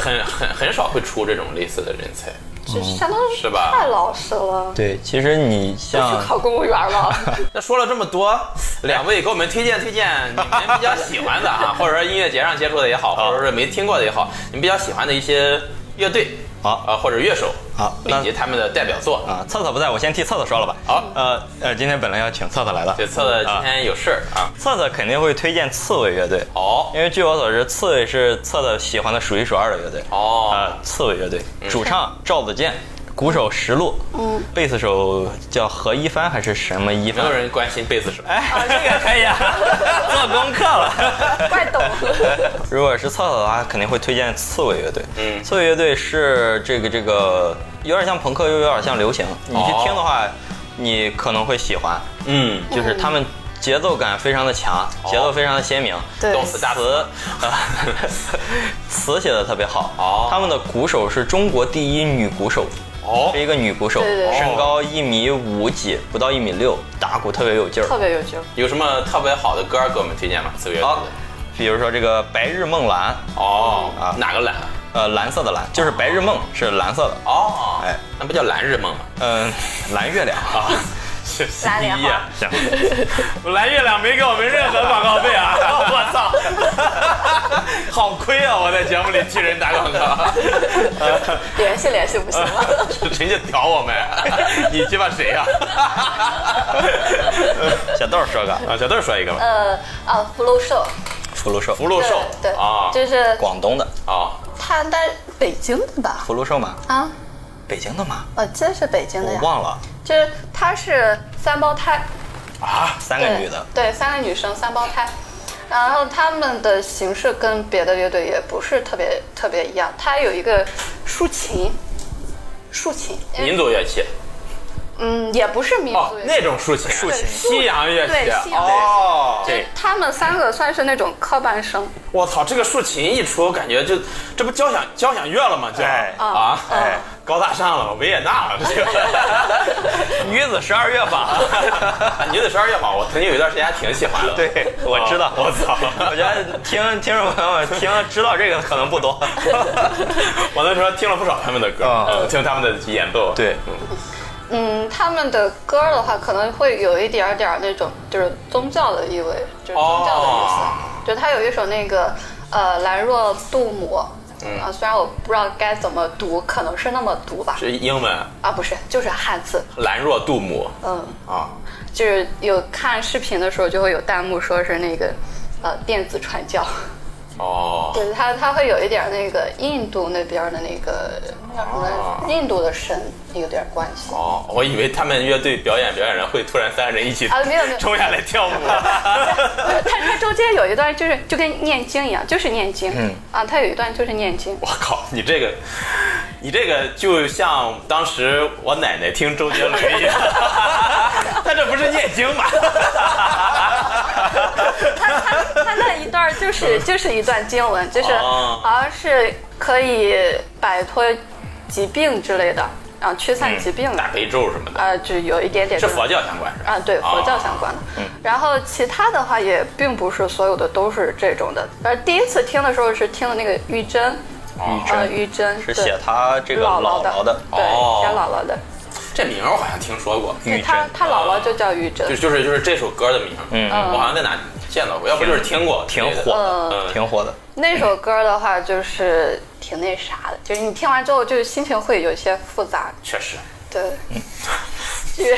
Speaker 1: 很很很少会出这种类似的人才。
Speaker 3: 这相当于
Speaker 1: 是吧
Speaker 3: 太老实了，
Speaker 2: 对，其实你
Speaker 3: 去
Speaker 2: 像
Speaker 3: 考公务员了。
Speaker 1: 那说了这么多，两位给我们推荐推荐你们比较喜欢的啊，或者说音乐节上接触的也好，或者说没听过的也好，你们比较喜欢的一些乐队
Speaker 2: 好
Speaker 1: 啊，或者乐手
Speaker 2: 好
Speaker 1: 以
Speaker 2: 那
Speaker 1: 及他们的代表作
Speaker 2: 啊，策策不在，我先替策策说了吧。
Speaker 1: 好
Speaker 2: 呃呃，今天本来要请策策来的，
Speaker 1: 这次的今
Speaker 2: 啊
Speaker 1: 天有事儿啊，
Speaker 2: 策策肯定会推荐刺猬乐队，
Speaker 1: 哦
Speaker 2: 因为据我所知，刺猬是策策喜欢的数一数二的乐队。
Speaker 1: 哦
Speaker 2: 呃，刺猬乐队主唱赵子健，鼓手石路，嗯，贝斯手叫何一帆还是什么一
Speaker 1: 没
Speaker 2: 帆
Speaker 1: 有？人关心贝斯手。
Speaker 2: 哎，这个可以 啊，做功课了。
Speaker 3: 怪懂。
Speaker 2: 如果是厕所的话，肯定会推荐刺猬乐队。
Speaker 1: 嗯
Speaker 2: 刺猬乐队是这个这个有点像朋克，又有点像流行。你去听的话，你可能会喜欢，
Speaker 1: 嗯，
Speaker 2: 就是他们节奏感非常的强，节奏非常的鲜明。
Speaker 3: 对
Speaker 1: 动词大
Speaker 2: 词， 啊，词写的特别好。
Speaker 1: 哦
Speaker 2: 他们的鼓手是中国第一女鼓手，
Speaker 1: 哦
Speaker 2: 是一个女鼓手，
Speaker 3: 对对对
Speaker 2: 身高一米五几，不到一米六，打鼓特别有劲儿。
Speaker 3: 特别有劲儿。
Speaker 1: 有什么特别好的歌儿给我们推荐吗？四月
Speaker 2: 好，比如说这个《白日梦蓝》，
Speaker 1: 哦
Speaker 2: 啊，
Speaker 1: 哪个蓝？
Speaker 2: 呃，蓝色的蓝，就是白日梦是蓝色的，
Speaker 1: 哦，
Speaker 2: 哎，
Speaker 1: 那不叫蓝日梦吗？
Speaker 2: 嗯、蓝月亮。
Speaker 1: 啊，
Speaker 3: 蓝莲花
Speaker 2: 行，
Speaker 1: 蓝月亮 没给我们任何广告费啊！ 我操， 好亏啊！我在节目里替人打广 告，
Speaker 3: 联系联系不行
Speaker 1: 嗯
Speaker 3: 吗？
Speaker 1: 人家屌我们， 你鸡巴谁呀、啊
Speaker 2: 小豆儿说个
Speaker 1: 啊？小豆说一个吧，
Speaker 3: 呃啊，福禄寿，
Speaker 2: 福禄寿，
Speaker 1: 福禄寿
Speaker 3: 对，
Speaker 1: 啊
Speaker 3: 就是
Speaker 2: 广东的
Speaker 1: 啊，
Speaker 3: 他应该北京的吧？
Speaker 2: 福禄寿吗？
Speaker 3: 啊，
Speaker 2: 北京的吗？
Speaker 3: 我记得是北京的
Speaker 2: 我
Speaker 3: 呀。
Speaker 2: 忘了，
Speaker 3: 就是他是三胞胎，
Speaker 1: 啊
Speaker 2: 三个
Speaker 3: 对
Speaker 2: 女的，
Speaker 3: 对，三个女生，三胞胎。然后他们的形式跟别的乐队也不是特别特别一样，它有一个竖琴，竖琴，因为
Speaker 1: 民族乐器
Speaker 3: 嗯，也不是民
Speaker 1: 哦
Speaker 3: 族，乐器
Speaker 1: 那种竖琴，竖
Speaker 3: 琴
Speaker 1: 西洋乐器啊
Speaker 3: 对西洋乐器
Speaker 1: 哦，
Speaker 3: 就是他们三个算是那种科班生，
Speaker 1: 我操，这个竖琴一出，感觉就这不交响交响乐了吗？就
Speaker 2: 哎
Speaker 1: 啊，
Speaker 2: 哎，
Speaker 1: 高大上了，维也纳了，啊这 个
Speaker 2: 女子十二乐坊，
Speaker 1: 女子十二乐坊，我曾经有一段时间还挺喜欢的。
Speaker 2: 对， 我知道
Speaker 1: 啊，我操
Speaker 2: 我觉得听听众朋友们听知道这个可能不多，
Speaker 1: 我那时候听了不少他们的歌，
Speaker 2: 啊
Speaker 1: 嗯听他们的演奏。
Speaker 2: 对
Speaker 3: 嗯，他们的歌儿的话，可能会有一点儿点儿那种就是宗教的意味，就是宗教的意思。
Speaker 1: 哦
Speaker 3: 就他有一首那个呃兰若杜姆，
Speaker 1: 嗯
Speaker 3: 啊，虽然我不知道该怎么读，可能是那么读吧，
Speaker 1: 是英文
Speaker 3: 啊不是，就是汉字，
Speaker 1: 兰若杜姆
Speaker 3: 嗯，
Speaker 1: 啊，
Speaker 3: 就是有看视频的时候就会有弹幕说是那个呃电子传教，
Speaker 1: 哦，
Speaker 3: 对他他会有一点儿那个印度那边儿的那个叫什么印度的神有点儿关系。
Speaker 1: 哦，我以为他们乐队表演表演人会突然三个人一起
Speaker 3: 啊没有没有
Speaker 1: 冲下来 跳舞。
Speaker 3: 不是，它它中间有一段就是就跟念经一样，就是念经。嗯啊，它有一段就是念 经。
Speaker 1: 我靠，你这个，你这个就像当时我奶奶听周杰伦 一样，他这不是念经吗？
Speaker 3: 它它它那一段就是就是一段经文，就是
Speaker 1: 哦
Speaker 3: 好像是可以摆脱疾病之类的，啊，驱散疾病的，
Speaker 1: 大悲咒什么的，
Speaker 3: 啊，就有一点点
Speaker 1: 是
Speaker 3: 这种
Speaker 1: 佛教相关是吧？
Speaker 3: 啊，对佛教
Speaker 1: 哦
Speaker 3: 相关的。然后其他的话也并不是所有的都是这种的。而第一次听的时候是听的那个玉珍，
Speaker 1: 哦
Speaker 3: 啊，玉珍
Speaker 2: 是
Speaker 3: 对
Speaker 2: 写他这个
Speaker 3: 姥
Speaker 2: 姥
Speaker 3: 的，
Speaker 2: 姥的
Speaker 3: 对，
Speaker 1: 哦
Speaker 3: 写姥姥的。
Speaker 1: 这名儿我好像听说过，
Speaker 3: 对
Speaker 2: 玉
Speaker 3: 他
Speaker 2: 珍
Speaker 3: 他姥姥就叫玉珍
Speaker 1: 就，就是就是这首歌的名儿，
Speaker 2: 嗯
Speaker 1: 我好像在哪见到过，要不就是听过，
Speaker 2: 挺
Speaker 1: 对的
Speaker 2: 火的，
Speaker 1: 嗯
Speaker 2: 挺火的。
Speaker 3: 那首歌的话就是挺那啥的，就是你听完之后就是心情会有一些复杂，
Speaker 1: 确实，
Speaker 3: 对。就是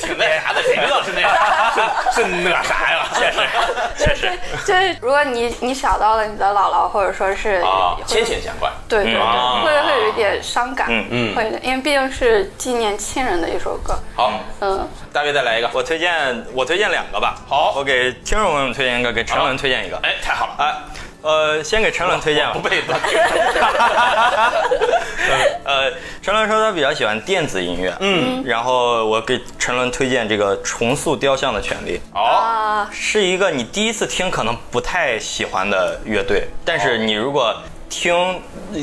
Speaker 1: 挺那啥的，谁知道是那啥， 是是那 啥呀？确实，确实
Speaker 3: 就是，如果你你想到了你的姥姥，或者说是
Speaker 1: 啊，
Speaker 3: 会
Speaker 1: 亲情相关，
Speaker 3: 对对对，
Speaker 1: 啊
Speaker 3: 会会有一点伤感，
Speaker 2: 嗯
Speaker 1: 嗯
Speaker 3: 会有一点，因为毕竟是纪念亲人的一首歌，
Speaker 1: 好，
Speaker 3: 嗯，
Speaker 1: 大卫再来一个，
Speaker 2: 我推荐我推荐两个吧，
Speaker 1: 好
Speaker 2: 我给听众朋友们推荐一个，给陈伦推荐一个。
Speaker 1: 哎，太好了，
Speaker 2: 哎，呃，先给陈伦推荐吧
Speaker 1: 不。被多
Speaker 2: 呃，陈伦说他比较喜欢电子音乐，嗯，然后我给陈伦推荐这个《重塑雕像的权利
Speaker 1: 哦，
Speaker 3: 啊》，
Speaker 2: 是一个你第一次听可能不太喜欢的乐队，但是你如果听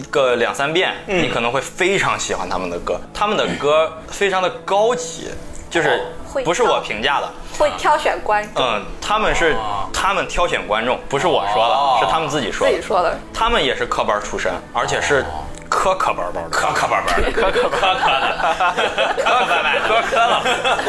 Speaker 2: 个两三遍，你可能会非常喜欢他们的歌。他们的歌非常的高级，就是
Speaker 3: 会
Speaker 2: 不是我
Speaker 3: 唱
Speaker 2: 评价的，
Speaker 3: 会挑选观众，
Speaker 2: 嗯，他们是他们挑选观众，不是我说
Speaker 1: 哦
Speaker 2: 的，是他们自己说
Speaker 3: 自
Speaker 2: 的
Speaker 3: 己。说的，
Speaker 2: 他们也是科班出身，而且是科科班班的。
Speaker 1: 磕磕巴巴的，磕磕巴巴的，磕磕巴巴
Speaker 2: 科科了，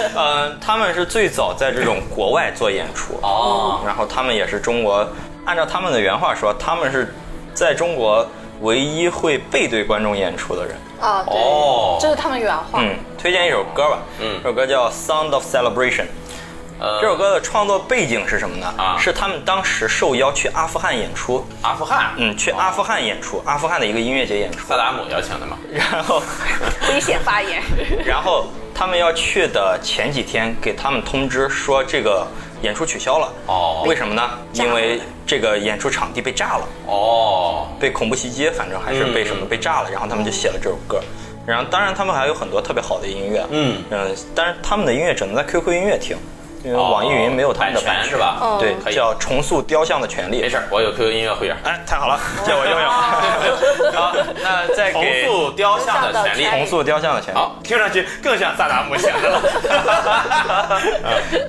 Speaker 2: 嗯，他们是最早在这种国外做演出，
Speaker 1: 哦，
Speaker 2: 然后他们也是中国，按照他们的原话说，他们是在中国唯一会背对观众演出的人。
Speaker 3: 啊，对，
Speaker 1: 哦
Speaker 3: 这是他们原话，
Speaker 2: 嗯，推荐一首歌吧，嗯，这首歌叫《Sound of Celebration》，
Speaker 1: 呃
Speaker 2: 这首歌的创作背景是什么呢？
Speaker 1: 啊
Speaker 2: 是他们当时受邀去阿富汗演出，
Speaker 1: 阿富汗，
Speaker 2: 嗯，去阿富汗演出，阿富汗的一个音乐节演出，
Speaker 1: 萨达姆邀请的嘛，
Speaker 2: 然后，
Speaker 3: 危险发言。
Speaker 2: 然后他们要去的前几天给他们通知说这个演出取消了。
Speaker 1: 哦
Speaker 2: 为什么呢？
Speaker 3: 炸了
Speaker 2: 因为这个演出场地被炸了。
Speaker 1: 哦，
Speaker 2: 被恐怖袭击，反正还是被什么被
Speaker 1: 嗯
Speaker 2: 炸了，然后他们就写了这首歌。然后当然他们还有很多特别好的音乐，
Speaker 1: 嗯
Speaker 2: 嗯，但是他们的音乐只能在 QQ 音乐听，因为
Speaker 1: 哦
Speaker 2: 网易云没有他们的
Speaker 1: 版
Speaker 2: 版
Speaker 1: 权是吧哦
Speaker 3: 嗯
Speaker 2: 对
Speaker 1: 可，以
Speaker 2: 叫重塑雕像的权利。
Speaker 1: 没事儿，我有 QQ 音乐会员。
Speaker 2: 哎，太好了，借我用用。好，那再
Speaker 1: 重
Speaker 2: 给
Speaker 1: 塑雕像的权利
Speaker 3: 重塑雕像的权利，
Speaker 2: 重塑雕像的权利。
Speaker 1: 好，听上去更像萨达姆写的了。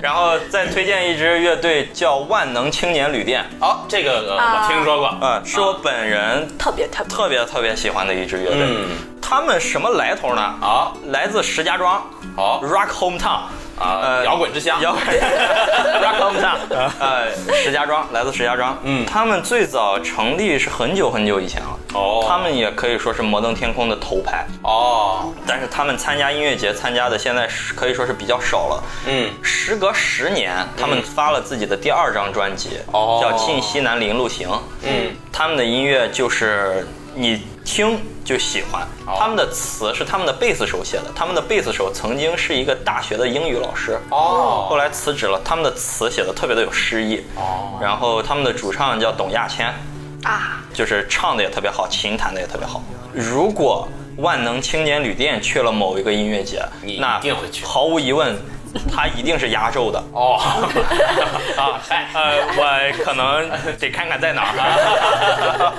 Speaker 2: 然后再推荐一支乐队叫万能青年旅店，
Speaker 1: 好，这个、呃
Speaker 3: 啊
Speaker 1: 我听说过，
Speaker 2: 嗯，是我本人
Speaker 3: 特别特别
Speaker 2: 特别特别喜欢的一支乐队。
Speaker 1: 嗯，
Speaker 2: 他们什么来头呢？
Speaker 1: 好，
Speaker 2: 来自石家庄
Speaker 1: 好
Speaker 2: ，Rock Hometown
Speaker 1: 啊摇滚之乡
Speaker 2: 摇滚 Rock Hometown，呃，石家庄，来自石家庄，
Speaker 1: 嗯
Speaker 2: 他们最早成立是很久很久以前了，
Speaker 1: 哦
Speaker 2: 他们也可以说是摩登天空的头牌，
Speaker 1: 哦，
Speaker 2: 但是他们参加音乐节参加的现在是可以说是比较少了，
Speaker 1: 嗯，
Speaker 2: 时隔十年，他们发了自己的第二张专辑，
Speaker 1: 哦
Speaker 2: 叫《进西南铃路行》。
Speaker 1: 嗯，
Speaker 2: 他们的音乐就是你听就喜欢。
Speaker 1: 哦
Speaker 2: 他们的词是他们的贝斯手写的，他们的贝斯手曾经是一个大学的英语老师，
Speaker 1: 哦
Speaker 2: 后来辞职了。他们的词写的特别的有诗意。
Speaker 1: 哦，
Speaker 2: 然后他们的主唱叫董亚千，
Speaker 3: 啊，
Speaker 2: 就是唱的也特别好，琴弹的也特别好。如果万能青年旅店去了某一个音乐节，
Speaker 1: 你
Speaker 2: 那
Speaker 1: 一定会去
Speaker 2: 毫无疑问，他一定是压轴的。
Speaker 1: 哦，
Speaker 2: 啊
Speaker 1: 啊，嗨，
Speaker 2: 呃，我可能得看看在哪儿啊。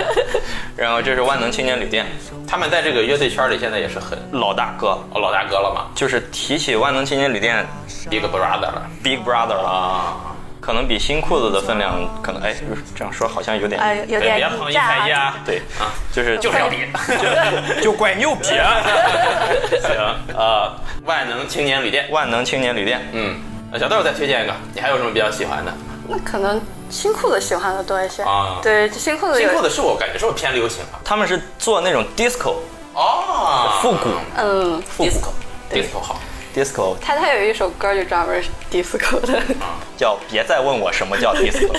Speaker 2: 然后这是万能青年旅店
Speaker 1: 他们在这个乐队圈里现在也是很
Speaker 2: 老大哥，
Speaker 1: 哦老大哥了嘛
Speaker 2: 就是提起万能青年旅店
Speaker 1: ，Big Brother 了
Speaker 2: Big Brother 了，
Speaker 1: 啊，
Speaker 2: 可能比新裤子的分量可能哎，这样说好像有点、
Speaker 3: 哎，有
Speaker 1: 别
Speaker 3: 点
Speaker 1: 别捧一踩一啊，
Speaker 2: 对啊，就是
Speaker 1: 就是要比。
Speaker 2: 就怪牛逼啊。
Speaker 1: 行，呃，万能青年旅店，
Speaker 2: 万能青年旅店，
Speaker 1: 嗯，那小豆再推荐一个，你还有什么比较喜欢的？
Speaker 3: 那可能新裤子喜欢的多一些
Speaker 1: 啊
Speaker 3: 对，新裤子
Speaker 1: 新
Speaker 3: 有
Speaker 1: 裤子是我感觉是我偏流行吧？
Speaker 2: 他们是做那种 disco
Speaker 1: 哦，
Speaker 2: 复古
Speaker 3: 嗯，
Speaker 1: disco disco 好，
Speaker 2: disco，
Speaker 3: 他他有一首歌就专门是 disco 的，
Speaker 1: 啊
Speaker 2: 叫别再问我什么叫 disco。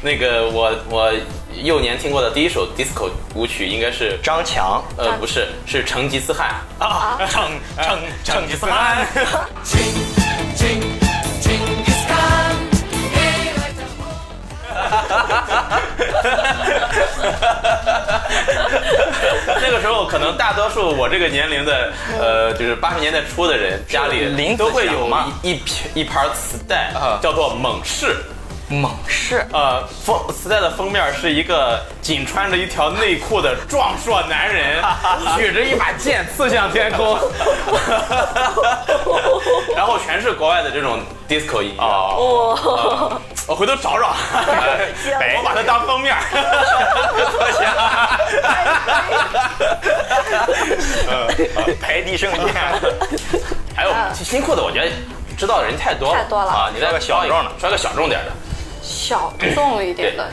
Speaker 1: 那个我我幼年听过的第一首 disco 舞曲应该是
Speaker 2: 张强
Speaker 1: 呃不是是成吉思汗，
Speaker 2: 啊，成成成吉思汗。
Speaker 1: 那个时候可能大多数我这个年龄的呃就是八十年代初的人家里
Speaker 2: 林子
Speaker 1: 都会有
Speaker 2: 祥吗
Speaker 1: 一一瓶一盘磁带
Speaker 2: 啊
Speaker 1: 叫做猛士。
Speaker 2: 猛士
Speaker 1: 呃，封磁带的封面是一个仅穿着一条内裤的壮硕男 人，举着一把剑刺向天空， 然后全是国外的这种 disco 音乐。哦， 我回头找找，
Speaker 2: 哎
Speaker 1: 我把它当封面。
Speaker 2: 排地圣剑。
Speaker 1: 还有新裤子，我觉得知道的人太多了，
Speaker 3: 太多了
Speaker 1: 啊！你再
Speaker 2: 说个小众的
Speaker 1: 说个小众点的。
Speaker 3: 小众一点的。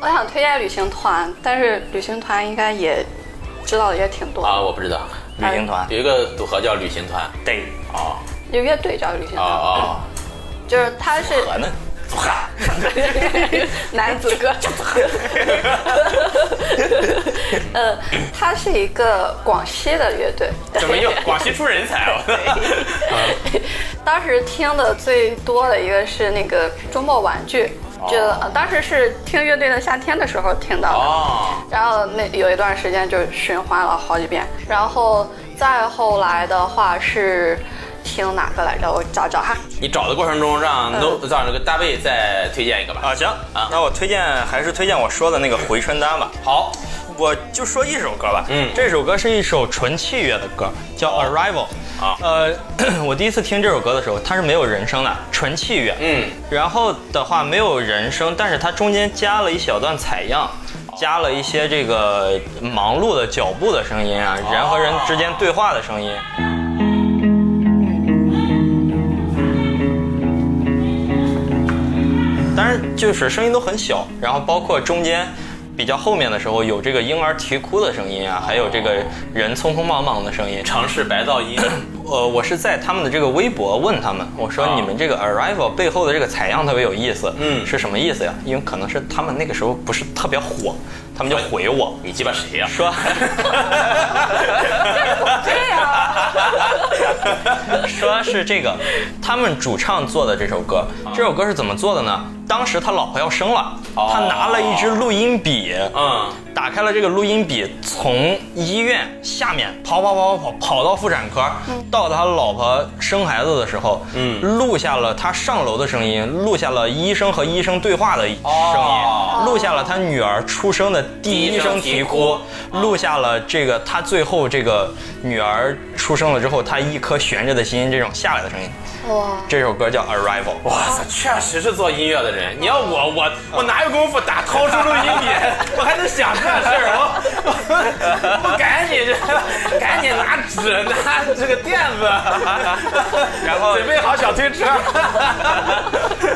Speaker 3: 我想推荐旅行团，但是旅行团应该也知道的也挺多的
Speaker 1: 啊，我不知道，
Speaker 2: 旅行
Speaker 3: 啊
Speaker 2: 团
Speaker 1: 有一个组合叫旅行团。
Speaker 2: 对
Speaker 1: 啊
Speaker 3: 有乐队叫旅行
Speaker 1: 啊
Speaker 3: 团，
Speaker 1: 啊！
Speaker 3: 就是他是
Speaker 2: 可能
Speaker 1: 组合，
Speaker 3: 男子 哥。呃，他是一个广西的乐队，
Speaker 1: 怎么又广西出人才啊了？
Speaker 3: 当时听的最多的一个是那个周末玩具，觉得、呃当时是听乐队的夏天的时候听到的。
Speaker 1: 哦，
Speaker 3: 然后那有一段时间就循环了好几遍，然后再后来的话是听哪个来着？我找找哈。
Speaker 1: 你找的过程中让
Speaker 3: 嗯
Speaker 1: No 让那个大卫再推荐一个吧。
Speaker 2: 啊，行
Speaker 1: 啊
Speaker 2: 那我推荐还是推荐我说的那个《回春丹》吧。
Speaker 1: 好，
Speaker 2: 我就说一首歌吧，
Speaker 1: 嗯
Speaker 2: 这首歌是一首纯器乐的歌，叫《Arrival》
Speaker 1: 啊
Speaker 2: 呃， 我第一次听这首歌的时候，它是没有人声的，纯器乐，
Speaker 1: 嗯，
Speaker 2: 然后的话没有人声，但是它中间加了一小段采样，加了一些这个忙碌的脚步的声音啊，人和人之间对话的声音，当然就是声音都很小，然后包括中间比较后面的时候，有这个婴儿啼哭的声音啊，还有这个人匆匆忙忙的声音。
Speaker 1: 尝试白噪 音，
Speaker 2: 呃，我是在他们的这个微博问他们，我说
Speaker 1: 啊
Speaker 2: 你们这个 Arrival 背后的这个采样特别有意思，
Speaker 1: 嗯
Speaker 2: 是什么意思呀？因为可能是他们那个时候不是特别火，他们就回我
Speaker 1: 你鸡巴谁呀、
Speaker 2: 说，
Speaker 3: 对啊，
Speaker 2: 说是这个，他们主唱做的这首歌，这首歌是怎么做的呢？当时他老婆要生了，
Speaker 1: 啊哦
Speaker 2: 他拿了一支录音笔，
Speaker 1: 嗯，
Speaker 2: 打开了这个录音笔，从医院下面跑跑跑跑跑跑到妇产科，到他老婆生孩子的时候，
Speaker 1: 嗯
Speaker 2: 录下了他上楼的声音，录下了医生和医生对话的声音，
Speaker 1: 哦
Speaker 2: 录下了他女儿出生的第一声啼哭，哦录下了这个他最后这个女儿出生了之后，他一颗悬着的心这种下来的声音。
Speaker 3: 哇，
Speaker 2: 这首歌叫《Arrival》。
Speaker 1: 哇塞，确实是做音乐的人。你要我，我我哪有功夫打掏出录音 笔，我还能想这事儿？我我我赶紧这赶紧拿纸拿这个垫子，
Speaker 2: 然后
Speaker 1: 准备好小推车。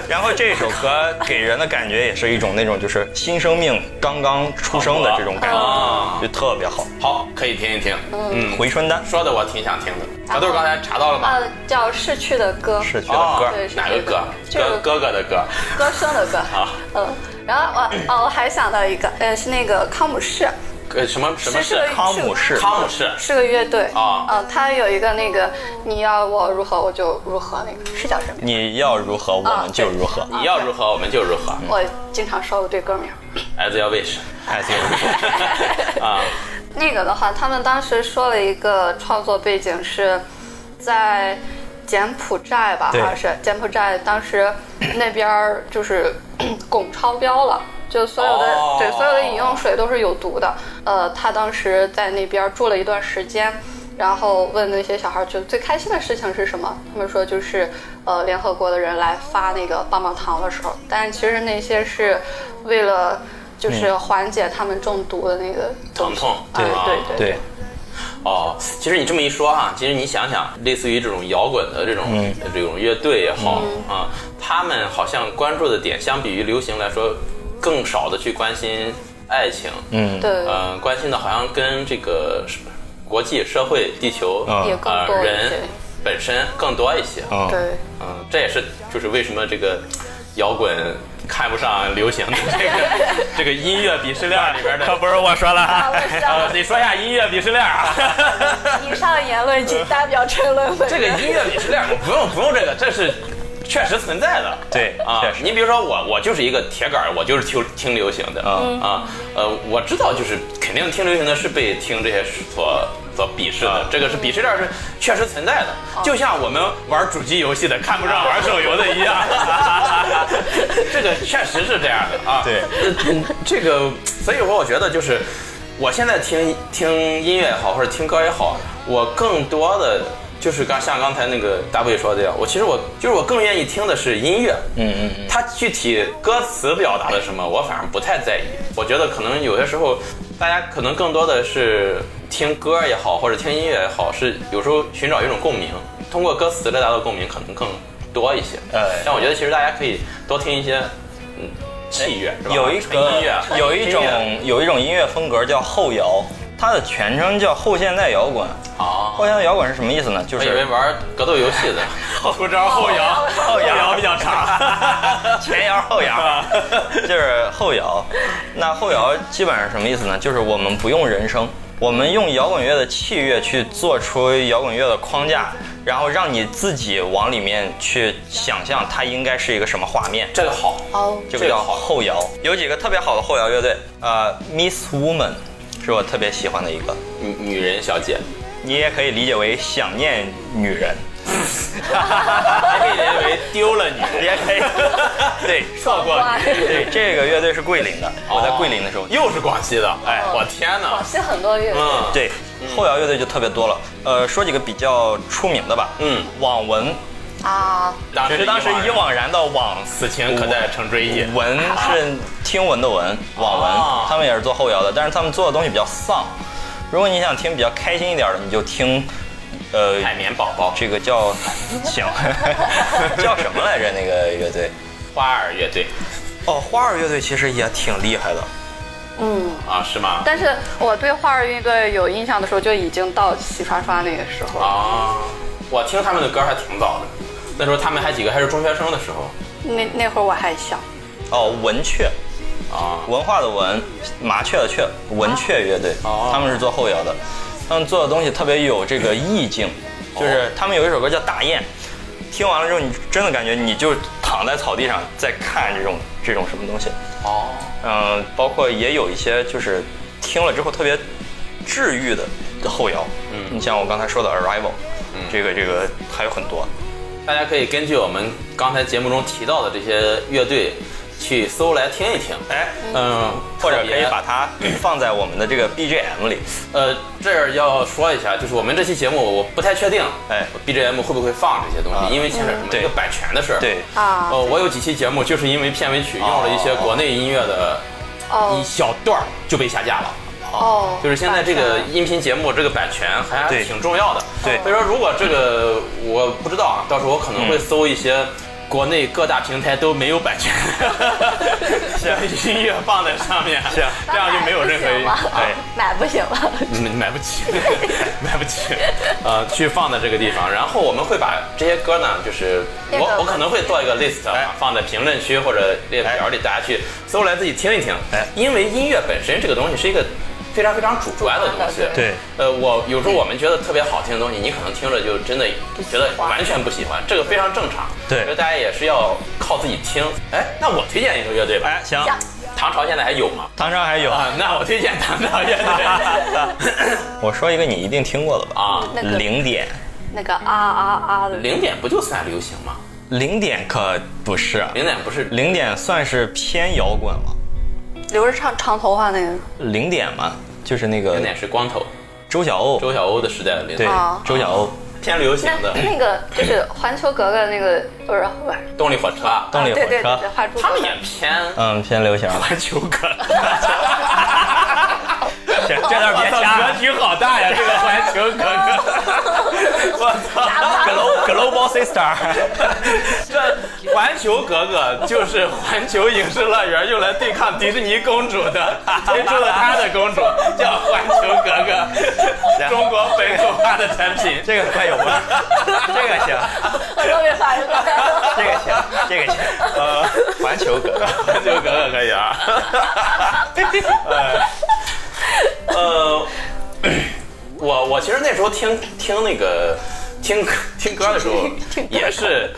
Speaker 2: 然后这首歌给人的感觉也是一种那种就是新生命刚刚出生的这种感
Speaker 1: 啊
Speaker 2: 觉，就特别好。
Speaker 3: 嗯
Speaker 1: 好，可以听一听。嗯，
Speaker 2: 回春丹
Speaker 1: 说的我挺想听的。小豆刚才查到了吗？
Speaker 3: 啊，叫逝去的歌，
Speaker 2: 逝去的
Speaker 1: 哦
Speaker 2: 歌，
Speaker 3: 对是
Speaker 1: 哪个
Speaker 3: 这个
Speaker 1: 歌？
Speaker 3: 这
Speaker 1: 哥
Speaker 3: 个
Speaker 1: 哥哥的歌。
Speaker 3: 歌声的歌。
Speaker 1: 好，
Speaker 3: 嗯，然后我哦，我还想到一个，呃，是那个康姆士，
Speaker 1: 呃，什么什么
Speaker 3: 是
Speaker 1: 是
Speaker 3: 这个
Speaker 2: 康姆士
Speaker 1: 康姆士？
Speaker 3: 是个乐队
Speaker 1: 啊
Speaker 3: 呃，他有一个那个你要我如何我就如何那个是叫什么？
Speaker 2: 你要如何，我们就如何。
Speaker 1: 你要如何，我们就如何。
Speaker 3: 我经常说不对歌名。
Speaker 1: As your wish。
Speaker 2: 爱情如何？
Speaker 1: 啊，
Speaker 3: 那个的话，他们当时说了一个创作背景是在柬埔寨吧，
Speaker 2: 对
Speaker 3: 好像是柬埔寨，当时那边儿就是 汞超标了。就所有的、
Speaker 1: 哦
Speaker 3: 对所有的饮用水都是有毒的。呃，他当时在那边住了一段时间，然后问那些小孩，就最开心的事情是什么？他们说就是，呃，联合国的人来发那个棒棒糖的时候，但其实那些是为了就是缓解他们中毒的那个
Speaker 1: 疼痛。
Speaker 3: 对
Speaker 1: 啊
Speaker 3: 对对
Speaker 2: 对，
Speaker 1: 哦，其实你这么一说哈、其实你想想，类似于这种摇滚的这种、
Speaker 2: 嗯
Speaker 1: 这种乐队也好
Speaker 3: 嗯
Speaker 1: 啊、他们好像关注的点，相比于流行来说，更少的去关心爱情，
Speaker 2: 嗯，
Speaker 3: 对，
Speaker 1: 呃，关心的好像跟这个是国际社会、地球、
Speaker 2: 嗯
Speaker 3: 也更多
Speaker 1: 呃
Speaker 3: 一
Speaker 1: 人
Speaker 3: 些。
Speaker 1: 本身更多一些。
Speaker 2: 嗯，
Speaker 3: 对，
Speaker 1: 嗯、这也是就是为什么这个摇滚看不上流行的这个这个音乐鄙视链里边的。
Speaker 2: 不是我说了啊。
Speaker 1: 呃，得说一下音乐鄙视链啊。
Speaker 3: 以上言论仅代表陈论本
Speaker 1: 这个音乐鄙视链不用不用这个，这是确实存在的。
Speaker 2: 对
Speaker 1: 啊
Speaker 2: 确，实
Speaker 1: 你比如说我，我就是一个铁杆儿，我就是听听流行的
Speaker 2: 嗯
Speaker 1: 啊，呃，我知道就是肯定听流行的是被听这些所所鄙视的
Speaker 2: 啊，
Speaker 1: 这个是鄙视链是确实存在的，就像我们玩主机游戏的看不 上玩手游的一样，这个确实是这样的啊。
Speaker 2: 对
Speaker 1: 呃，嗯这个，所以说我觉得就是，我现在听听音乐也好，或者听歌也好，我更多的就是刚像刚才那个大卫说的呀，我其实我就是我更愿意听的是音乐，
Speaker 2: 嗯嗯嗯，
Speaker 1: 它具体歌词表达的什么，我反而不太在意。我觉得可能有些时候，大家可能更多的是听歌也好，或者听音乐也好，是有时候寻找一种共鸣，通过歌词来达到共鸣，可能更多一些。
Speaker 2: 哎
Speaker 1: 但我觉得其实大家可以多听一些，嗯，器乐是吧？
Speaker 2: 有一
Speaker 1: 纯音乐
Speaker 2: 个，有一种有一种啊音乐风格叫后摇，它的全称叫后现代摇滚。
Speaker 1: 啊，
Speaker 2: 后现代摇滚是什么意思呢？就
Speaker 1: 我以为
Speaker 2: 是
Speaker 1: 玩格斗游戏的，出招后摇，
Speaker 2: 后 摇
Speaker 1: 比较长。
Speaker 2: 前摇后摇， 就是后摇。那后摇基本上什么意思呢？就是我们不用人声，我们用摇滚乐的器乐去做出摇滚乐的框架，然后让你自己往里面去想象它应该是一个什么画面。
Speaker 1: 这个好，
Speaker 3: 哦，
Speaker 2: 这个叫后摇，有几个特别好的后摇乐队，呃，Miss Woman 是我特别喜欢的一个，
Speaker 1: 女女人小 姐，
Speaker 2: 你也可以理解为想念女人，
Speaker 1: 还可以认为丢了你。
Speaker 2: 也可以，对，
Speaker 1: 错过
Speaker 3: 哇，
Speaker 2: 对，这个乐队是桂林的，我在桂林的时候
Speaker 1: 又是广西的，哎，
Speaker 3: 哦
Speaker 1: 我天哪
Speaker 3: 广！西很多乐队，
Speaker 1: 嗯，
Speaker 2: 对，后摇乐队就特别多了。呃，说几个比较出名的吧。
Speaker 1: 嗯，
Speaker 2: 网文，
Speaker 3: 啊，
Speaker 1: 当
Speaker 2: 只
Speaker 1: 时
Speaker 2: 是当时
Speaker 1: 以
Speaker 2: 以
Speaker 1: 往
Speaker 2: 往然的往，
Speaker 1: 此情可待成追忆。
Speaker 2: 文是听闻的闻，网
Speaker 1: 哦
Speaker 2: 文，他们也是做后摇的，但是他们做的东西比较丧。如果你想听比较开心一点的，你就听，呃，
Speaker 1: 海绵宝宝、
Speaker 2: 这个叫，行， 叫什么来着？那个乐队？
Speaker 1: 花儿乐队，
Speaker 2: 哦，花儿乐队其实也挺厉害的。
Speaker 3: 嗯，
Speaker 1: 啊，是吗？
Speaker 3: 但是我对花儿乐队有印象的时候，就已经到洗刷刷那个时候。
Speaker 1: 啊，我听他们的歌还挺早的，那时候他们还几个还是中学生的时候
Speaker 3: 那那会儿我还小，
Speaker 2: 哦，文雀，
Speaker 1: 啊。
Speaker 2: 文化的文，麻雀的雀，文雀乐队，
Speaker 1: 哦
Speaker 2: 他们是做后摇的，他们做的东西特别有这个意境，
Speaker 1: 哦
Speaker 2: 就是他们有一首歌叫《大雁》，听完了之后，你真的感觉你就躺在草地上在看这种这种什么东西，
Speaker 1: 哦，
Speaker 2: 嗯，包括也有一些就是听了之后特别治愈的后摇，嗯，你像我刚才说的 Arrival，、这
Speaker 1: 嗯
Speaker 2: 个这个还有很多，
Speaker 1: 大家可以根据我们刚才节目中提到的这些乐队去搜来听一听。
Speaker 2: 哎，
Speaker 1: 嗯，
Speaker 2: 或者
Speaker 1: 特
Speaker 2: 可以
Speaker 1: 别
Speaker 2: 把它放在我们的这个 BGM 里，
Speaker 1: 呃，这儿要说一下，就是我们这期节目我不太确定，
Speaker 2: 哎
Speaker 1: ，BGM 会不会放这些东西，
Speaker 2: 啊
Speaker 1: 因为牵扯什么
Speaker 2: 对
Speaker 1: 一个版权的事儿。
Speaker 2: 对，哦
Speaker 3: 啊
Speaker 1: 呃，我有几期节目就是因为片尾曲用了一些国内音乐的一
Speaker 3: 哦
Speaker 1: 小段儿就被下架了。
Speaker 3: 哦，
Speaker 1: 就是现在这
Speaker 3: 完事儿
Speaker 1: 个
Speaker 3: 了
Speaker 1: 音频节目这个版权还
Speaker 2: 对
Speaker 1: 挺重要的，
Speaker 2: 对嗯
Speaker 1: 所以说如果这个我不知道啊，到时候我可能会搜一些国内各大平台都没有版 权
Speaker 2: 啊
Speaker 1: 的音乐放在上面，
Speaker 2: 行
Speaker 1: 这样就没有任何
Speaker 3: 那买不行了 买不行
Speaker 1: 哎
Speaker 3: 了。
Speaker 1: 你们买不起， 买不起，呃，去放在这个地方。然后我们会把这些歌呢，就是
Speaker 3: 列
Speaker 1: 我
Speaker 3: 个
Speaker 1: 我可能会做一个 list，、
Speaker 2: 哎
Speaker 1: 啊，放在评论区或者列表里，大家去搜来自己听一听。
Speaker 2: 哎
Speaker 1: 因为音乐本身这个东西是一个非常非常主观的东西。
Speaker 3: 对
Speaker 2: 对
Speaker 1: 呃，我有时候我们觉得特别好听的东西，你可能听着就真的觉得完全不喜欢，这个非常正常。
Speaker 2: 对
Speaker 1: 所以大家也是要靠自己听。哎，那我推荐一个乐队吧。
Speaker 2: 哎，行，
Speaker 3: 行
Speaker 1: 唐朝现在还有吗？
Speaker 2: 唐山还有，
Speaker 1: 啊，那我推荐唐朝乐队。
Speaker 2: 我说一个你一定听过的吧，
Speaker 1: 啊，
Speaker 3: 那个
Speaker 2: 零点，
Speaker 3: 那个啊啊啊的，
Speaker 1: 零点不就算流行吗？
Speaker 2: 零点可不是，啊
Speaker 1: 零点不是
Speaker 2: 零点算是偏摇滚了，
Speaker 3: 留着长长头发那个
Speaker 2: 零点嘛，就是那
Speaker 1: 零
Speaker 2: 个
Speaker 1: 点是光头，
Speaker 2: 周晓鸥，
Speaker 1: 周晓鸥的时代的零
Speaker 2: 对
Speaker 1: 点，
Speaker 3: 啊，
Speaker 2: 周晓鸥，
Speaker 1: 偏流行
Speaker 3: 那
Speaker 1: 的
Speaker 3: 那个就是环球格格那个，不是不是，
Speaker 1: 动力啊火车啊，
Speaker 2: 动力火
Speaker 3: 对对对对，
Speaker 2: 车，
Speaker 3: 画猪
Speaker 1: 他
Speaker 3: 头
Speaker 1: 们也偏
Speaker 2: 嗯，偏流行了，
Speaker 1: 环球哥。
Speaker 2: 这这段别
Speaker 1: 格
Speaker 2: 掐，
Speaker 1: 局好大呀！这 个环球哥哥，我操！
Speaker 2: Glo- Global Sister，
Speaker 1: 这环球格格就是环球影视乐园用来对抗迪士尼公主的， 推出了她的公主叫环球格格，中国本土化的产品。
Speaker 2: 这个快有了，这个行，
Speaker 3: 我特别发人了。
Speaker 2: 这个行，这个行，呃，环球哥哥，
Speaker 1: 环球格格可以啊。哎呃，我我其实那时候听听那个听歌听歌的时候
Speaker 3: 听，歌
Speaker 1: 也是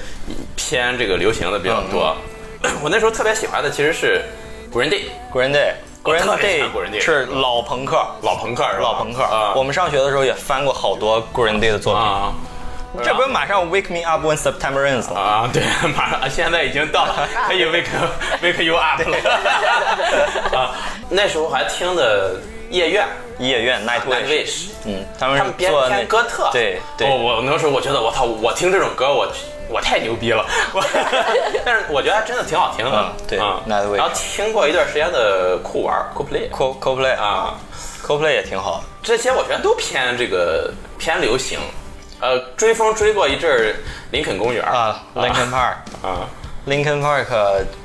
Speaker 1: 偏这个流行的比较多。
Speaker 2: 嗯
Speaker 1: 我那时候特别喜欢的其实是古人 day
Speaker 2: 古人队，古人
Speaker 1: 我特别喜欢古人
Speaker 2: 队
Speaker 1: 队
Speaker 2: 是老朋克，
Speaker 1: 老朋克是吧，
Speaker 2: 老朋克
Speaker 1: 啊，
Speaker 2: 我们上学的时候也翻过好多古人队的作品。
Speaker 1: 啊
Speaker 2: 这不是马上 Wake Me Up When September Ends 吗？
Speaker 1: 啊，对，马上现在已经 到了，可以 wake wake you up 了。 啊，那时候还听的夜愿
Speaker 2: 夜愿 Night
Speaker 1: Night
Speaker 2: Wish，
Speaker 1: wish。
Speaker 2: 嗯，他们
Speaker 1: 他
Speaker 2: 是
Speaker 1: 们编
Speaker 2: 做那
Speaker 1: 编哥特，
Speaker 2: 对对
Speaker 1: 我我那时候我觉得我操，我听这种歌我我太牛逼 了，我但是我觉得还真的挺好听的，
Speaker 2: 嗯对
Speaker 1: 嗯
Speaker 2: 那位
Speaker 1: 然后听过一段时间的酷玩酷 play
Speaker 2: Co CoPlay 啊
Speaker 1: 啊，
Speaker 2: ，CoPlay 也挺好。
Speaker 1: 这些我觉得都偏这个偏流行，呃，追风追过一阵儿林肯公园
Speaker 2: 啊，Linkin Park。
Speaker 1: 啊
Speaker 2: Linkin Park，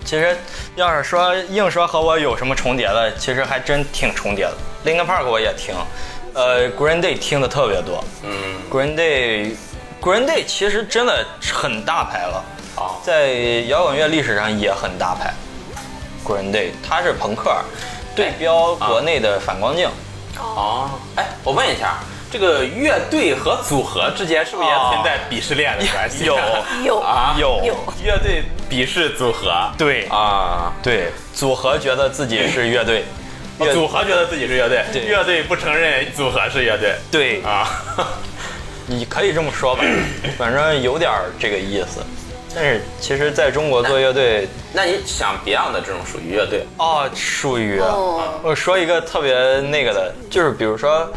Speaker 2: 其实要是说硬说和我有什么重叠的，其实还真挺重叠的。Linkin Park 我也听，呃，Green Day 听的特别多。
Speaker 1: 嗯
Speaker 2: Green Day，Green Day 其实真的很大牌了，
Speaker 1: 啊，
Speaker 2: 在摇滚乐历史上也很大牌。Green Day，它是朋克，对标国内的反光镜。
Speaker 1: 哦，哎，我问一下，这个乐队和组合之间是不是也
Speaker 2: 哦
Speaker 1: 存在鄙视链的关系？
Speaker 2: 有
Speaker 3: 有
Speaker 1: 啊，
Speaker 2: 有有
Speaker 1: 乐队鄙视组合
Speaker 2: 对
Speaker 1: 啊。
Speaker 2: 对，组合觉得自己是乐队，乐
Speaker 1: 组合觉得自己是乐队，
Speaker 2: 对
Speaker 1: 乐队不承认组合是乐队
Speaker 2: 对，
Speaker 1: 啊。
Speaker 2: 你可以这么说吧，反正有点儿这个意思。但是其实在中国做乐队，
Speaker 1: 那你想 Beyond 的这种属于乐队
Speaker 2: 哦，属于、
Speaker 3: 哦，
Speaker 2: 我说一个特别那个的，就是比如说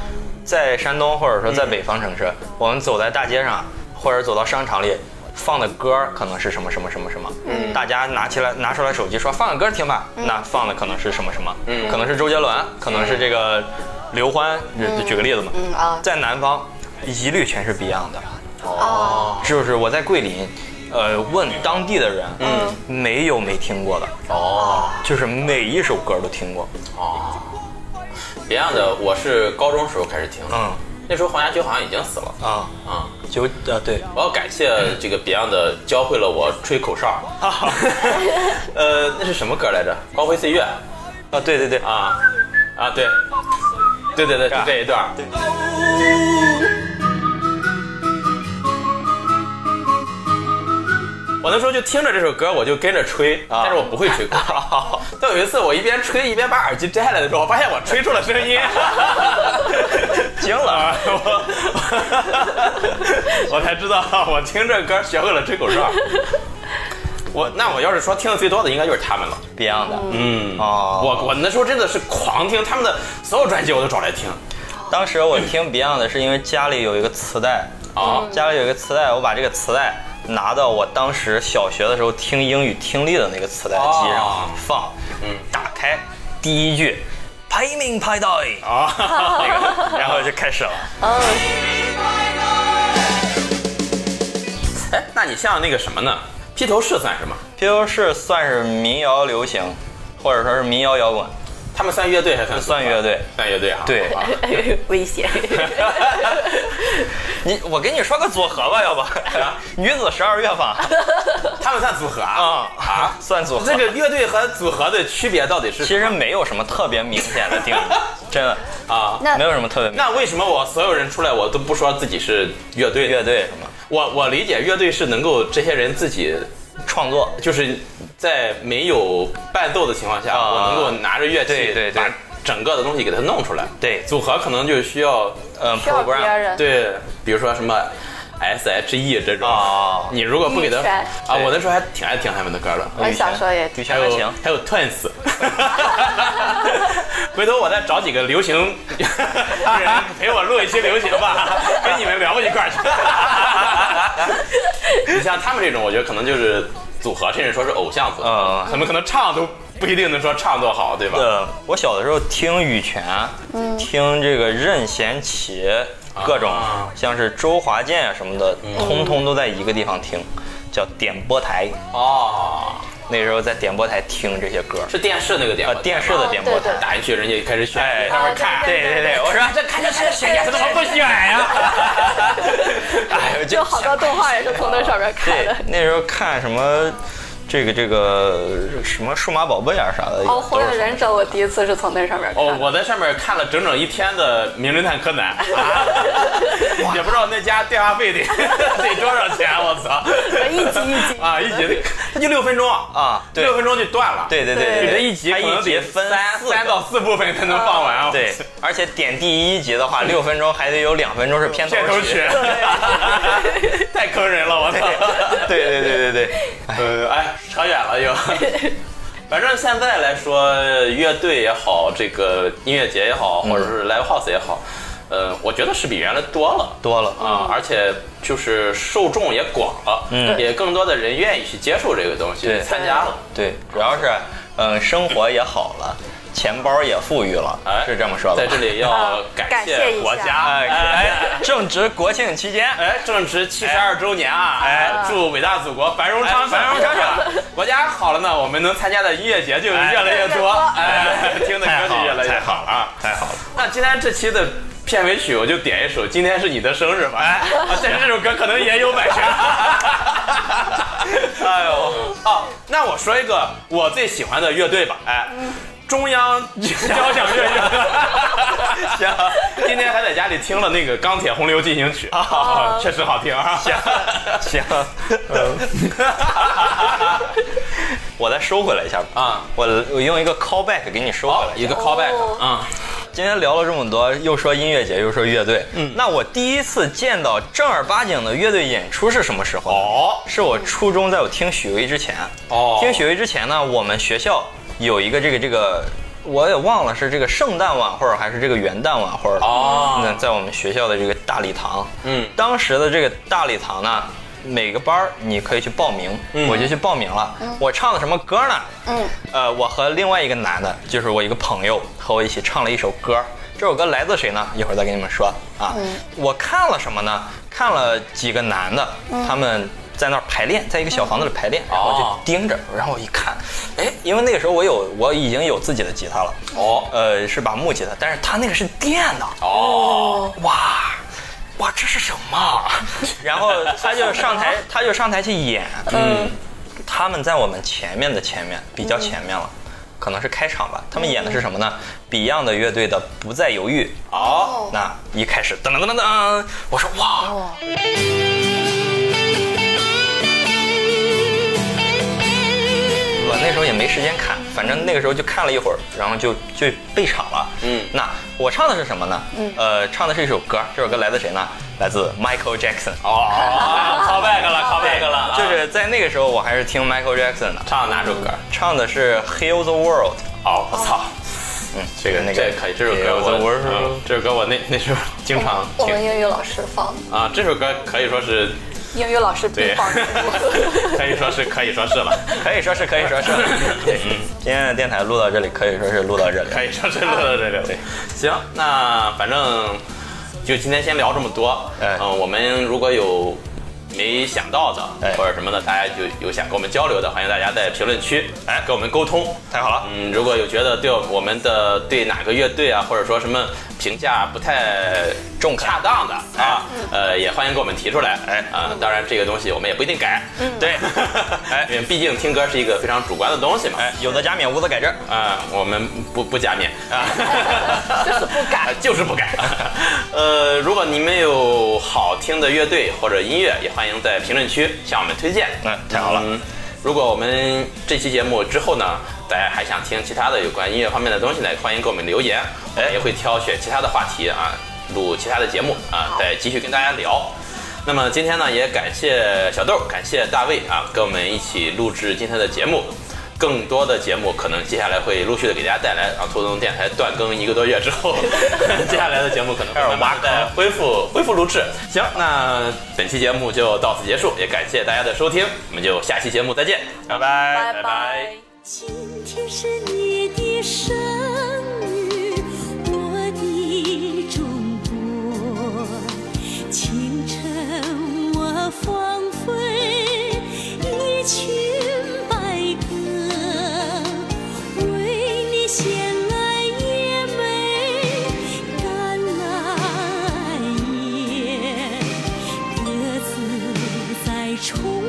Speaker 2: 在山东或者说在北方城市，我们走在大街上或者走到商场里。放的歌儿可能是什么什么什么什么，嗯，大家拿起来拿出来手机说放个歌儿听吧，那放的可能是什么什么，嗯，可能是周杰伦，可能是这个刘欢，举举个例子嘛，
Speaker 3: 嗯啊，
Speaker 2: 在南方一律全是 Beyond 的，
Speaker 1: 哦
Speaker 2: 就是我在桂林，呃，问当地的人，嗯，没有没听过的，
Speaker 1: 哦
Speaker 2: 就是每一首歌都听过。
Speaker 1: 哦，别样的我是高中时候开始听的，
Speaker 2: 嗯
Speaker 1: 那时候黄家驹好像已经死了
Speaker 2: 啊，
Speaker 1: 啊、
Speaker 2: 九呃 对，
Speaker 1: 我要感谢这个 Beyond 的教会了我吹口哨，
Speaker 2: 啊
Speaker 1: 呃，那是什么歌来着？光辉岁月
Speaker 2: 啊对对对啊，
Speaker 1: 啊啊，对，对对对，就这一段儿。我那时候就听着这首歌，我就跟着吹，但是我不会吹口哨。但有一次，我一边吹一边把耳机摘下来的时候，我发现我吹出了声音，啊
Speaker 2: 惊了，
Speaker 1: 我 我才知道我听这歌学会了吹口哨。我那我要是说听的最多的，应该就是他们了。
Speaker 2: Beyond 的，
Speaker 1: 嗯，
Speaker 2: 哦
Speaker 1: 我我那时候真的是狂听他们的所有专辑，我都找来听。
Speaker 2: 当时我听 Beyond 的是因为家里有一个磁带，
Speaker 1: 啊
Speaker 2: 家里有一个磁带，我把这个磁带拿到我当时小学的时候听英语听力的那个磁带机
Speaker 1: 哦
Speaker 2: 上放，
Speaker 1: 嗯
Speaker 2: 打开第一句，排名排队，
Speaker 1: 啊，
Speaker 2: 那个，然后就开始了。
Speaker 1: 哎， 那你像那个什么呢？披头士算什么？
Speaker 2: 披头士算是民谣流行，或者说是民谣摇滚，
Speaker 1: 他们算乐队还算
Speaker 2: 算乐队。
Speaker 1: 算乐队啊？
Speaker 2: 对
Speaker 1: 啊
Speaker 4: 危险。
Speaker 2: 你，我给你说个组合吧，要不？女子十二乐坊
Speaker 1: 他们算组合啊？
Speaker 2: 啊
Speaker 1: 啊，
Speaker 2: 算组合。
Speaker 1: 这个乐队和组合的区别到底是
Speaker 2: 其实没有什么特别明显的定义，真的
Speaker 1: 啊？
Speaker 4: 那
Speaker 2: 没有什么特别明显
Speaker 1: 那为什么我所有人出来我都不说自己是乐队？
Speaker 2: 乐，队什么
Speaker 1: 我我理解乐队是能够这些人自己
Speaker 2: 创作。
Speaker 1: 就是在没有伴奏的情况下，
Speaker 2: 啊
Speaker 1: 我能够拿着乐器
Speaker 2: 对对对
Speaker 1: 把整个的东西给它弄出来。
Speaker 2: 对
Speaker 1: 组合可能就需要呃
Speaker 2: 嗯
Speaker 3: 需要别
Speaker 2: ，program
Speaker 3: 人。
Speaker 1: 对，比如说什么 S H E 这种，
Speaker 2: 啊
Speaker 1: 你如果不给他
Speaker 3: 羽泉
Speaker 1: 啊，
Speaker 2: 对
Speaker 1: 我那时候还挺爱听他们的歌的。
Speaker 3: 我小时候也
Speaker 2: 羽
Speaker 1: 还
Speaker 2: 泉还
Speaker 1: 有
Speaker 2: 行，
Speaker 1: 还有 Twins，回头我再找几个流行人陪我录一期流行吧， 跟你们聊不一块儿去。 你像他们这种，我觉得可能就是组合，甚至说是偶像组合，
Speaker 2: 嗯
Speaker 1: 他们可能唱都不一定能说唱多好，对吧？
Speaker 2: 呃，我小的时候听羽泉，听这个任贤齐，各种、
Speaker 1: 啊
Speaker 2: 像是周华健啊什么的，通通都在一个地方听，叫点播台。
Speaker 1: 哦，
Speaker 2: 那时候在点播台听这些歌，
Speaker 1: 是电视那个点
Speaker 2: 呃
Speaker 1: 播台，，
Speaker 2: 电视的点播台。
Speaker 3: 哦
Speaker 1: 打进去，人家就开始选，
Speaker 2: 哎
Speaker 1: 他们
Speaker 3: 啊
Speaker 1: 看，
Speaker 3: 对
Speaker 2: 对对，我说这看这是谁呀？哎他怎么不选呀？ 哎呦，
Speaker 3: 有好多动画也是从那上面看
Speaker 2: 对
Speaker 3: 的。，
Speaker 2: 那时候看什么这个这个什么数码宝贝啊啥的，
Speaker 3: 哦，《火
Speaker 2: 都
Speaker 3: 影
Speaker 2: 是
Speaker 3: 忍者》我第一次是从那上面看
Speaker 1: 哦，
Speaker 3: 的。
Speaker 1: 我在上面看了整整一天的《名侦探柯 南》啊，也不知道那家电话费得 得多少钱，我 操！
Speaker 4: 一集 一集，
Speaker 1: 啊，一集它就六分钟啊，
Speaker 2: 啊，对
Speaker 1: 六分钟就断了。
Speaker 2: 对对对
Speaker 1: 就
Speaker 2: 对，
Speaker 1: 这
Speaker 2: 对
Speaker 1: 一集
Speaker 2: 它
Speaker 1: 可能
Speaker 2: 一集
Speaker 1: 得
Speaker 2: 分
Speaker 1: 三
Speaker 2: 四个
Speaker 1: 三到四部分才能放完啊。
Speaker 2: 对，而且点第一集的话，六分钟还得有两分钟是片头
Speaker 1: 片头曲
Speaker 2: 曲。，
Speaker 1: 太坑人了，我操！
Speaker 2: 对对对对对，
Speaker 1: 呃，哎，扯远了 又。反正现在来说，乐队也好，这个音乐节也好，或者是 live house 也好，呃，我觉得是比原来多了
Speaker 2: 多了啊，
Speaker 1: 啊、而且就是受众也广了，
Speaker 2: 嗯
Speaker 1: 也更多的人愿意去接受这个东西，
Speaker 2: 对
Speaker 1: 参加了。
Speaker 2: 对，主要是嗯，生活也好了，钱包也富裕了
Speaker 1: 哎，，
Speaker 2: 是这么说吧
Speaker 1: 在？这里要
Speaker 4: 啊
Speaker 1: 感
Speaker 4: 感谢
Speaker 1: 谢
Speaker 4: 一
Speaker 1: 国
Speaker 4: 下
Speaker 1: 家，哎
Speaker 2: 哎哎，正值国庆期间，
Speaker 1: 哎，正值七十二周年啊！哎，祝伟大祖国繁荣昌盛，
Speaker 2: 哎繁荣昌
Speaker 1: 盛。 国家好了呢，我们能参加的音乐节就越来越多，哎，听的歌就越来越
Speaker 2: 太好
Speaker 1: 了啊！
Speaker 2: 太好了，
Speaker 1: 那今天这期的片尾曲，我就点一首《今天是你的生日》吧。哎，但是这首歌可能也有版 权。哎呦，哦，那我说一个我最喜欢的乐队吧。哎，
Speaker 2: 嗯
Speaker 1: 中央交响乐乐队。行，今天还在家里听了那个《钢铁洪流进行曲》，啊，确实好听啊。行
Speaker 2: 行，我再收回来一下吧。
Speaker 1: 啊，
Speaker 2: 我我用一个 callback 给你收回
Speaker 1: 好
Speaker 2: 来，一
Speaker 1: 一
Speaker 2: 下。
Speaker 1: 个 callback
Speaker 3: 哦
Speaker 1: 啊，
Speaker 2: 今天聊了这么多，又说音乐节，又说乐队。嗯，那我第一次见到正儿八经的乐队演出是什么时候？
Speaker 1: 哦
Speaker 2: 是我初中在我听许巍之前。
Speaker 1: 哦
Speaker 2: 听许巍之前呢，我们学校有一个这个这个，我也忘了是这个圣诞晚会儿还是这个元旦晚会儿。
Speaker 1: 哦
Speaker 2: 那在我们学校的这个大礼堂，
Speaker 1: 嗯
Speaker 2: 当时的这个大礼堂呢，每个班儿你可以去报名，
Speaker 1: 嗯
Speaker 2: 我就去报名了。我唱的什么歌呢？
Speaker 3: 嗯，
Speaker 2: 呃，我和另外一个男的，就是我一个朋友，和我一起唱了一首歌。这首歌来自谁呢？一会儿再跟你们说啊。我看了什么呢？看了几个男的，他们在那儿排练，在一个小房子里排练，然后
Speaker 1: 哦
Speaker 2: 就盯着，然后我一看，哎，因为那个时候我有我已经有自己的吉他了，
Speaker 1: 哦
Speaker 2: 呃，是把木吉他，但是他那个是电的，
Speaker 1: 哦，
Speaker 2: 哇哇，这是什么？啊 然后他就上台，他就上台去演。嗯，他们在我们前面的前面，比较
Speaker 1: 嗯
Speaker 2: 前面了，可能是开场吧。他们演的是什么呢？Beyond 的乐队的《不再犹豫》。
Speaker 1: 好，
Speaker 2: 那一开始噔噔噔噔噔，我说哇，我那时候也没时间看，反正那个时候就看了一会儿，然后就就备场了。
Speaker 1: 嗯
Speaker 2: 那我唱的是什么呢？嗯，呃，唱的是一首歌，这首歌来自谁呢？来自 Michael Jackson。
Speaker 1: 哦，call back 了，call back 了啊，
Speaker 2: 就是在那个时候，我还是听 Michael Jackson 的，
Speaker 1: 唱哪首歌？
Speaker 2: 唱的是《Heal the World》。
Speaker 1: 哦，我操，
Speaker 2: 嗯，
Speaker 1: 这个
Speaker 2: 那
Speaker 1: 这
Speaker 2: 个
Speaker 1: 个可以，这首歌我
Speaker 2: 我
Speaker 1: 嗯这首歌我那那时候经常
Speaker 3: 我们
Speaker 1: 听
Speaker 3: 英语老师放的，
Speaker 1: 啊，这首歌可以说是
Speaker 3: 英语老师必
Speaker 1: 对
Speaker 3: 放的。，
Speaker 1: 可以说是可以说是了，
Speaker 2: 可以说是可以 说是。对，今天的电台录到这里，可以说是录到这里。
Speaker 1: 可以说是录到这里了。行，那反正就今天先聊这么多。
Speaker 2: 哎
Speaker 1: 嗯，我们如果有没想到的
Speaker 2: 哎
Speaker 1: 或者什么的，大家就有想跟我们交流的，欢迎大家在评论区哎跟我们沟通。
Speaker 2: 太好了，
Speaker 1: 嗯，如果有觉得对我们的对哪个乐队啊，或者说什么评价不太
Speaker 2: 中肯
Speaker 1: 恰当的
Speaker 3: 嗯
Speaker 1: 啊，呃，也欢迎给我们提出来。哎，啊，当然这个东西我们也不一定改，
Speaker 3: 嗯
Speaker 2: 对，
Speaker 1: 哎，因为毕竟听歌是一个非常主观的东西嘛。
Speaker 2: 哎，有的加冕，无的改正。
Speaker 1: 啊、我们不不加冕啊，
Speaker 3: 就是不改，
Speaker 1: 就是不改。呃，如果你们有好听的乐队或者音乐，也欢迎在评论区向我们推荐。
Speaker 2: 哎太好了
Speaker 1: 嗯如果我们这期节目之后呢，大家还想听其他的有关音乐方面的东西呢，欢迎给我们留言，
Speaker 2: 哎
Speaker 1: 我们也会挑选其他的话题啊，录其他的节目啊，再继续跟大家聊。那么今天呢，也感谢小豆，感谢大卫啊，跟我们一起录制今天的节目。更多的节目可能接下来会陆续的给大家带来啊，拖动电台断更一个多月之后，接下来的节目可能会慢慢地再恢复恢复录制。行，那本期节目就到此结束，也感谢大家的收听，我们就下期节目再见，拜拜
Speaker 3: 拜拜。
Speaker 4: 今天是你的生日，我的中国。清晨我放飞一群白鸽，为你衔来野莓，橄榄叶，鸽子在窗。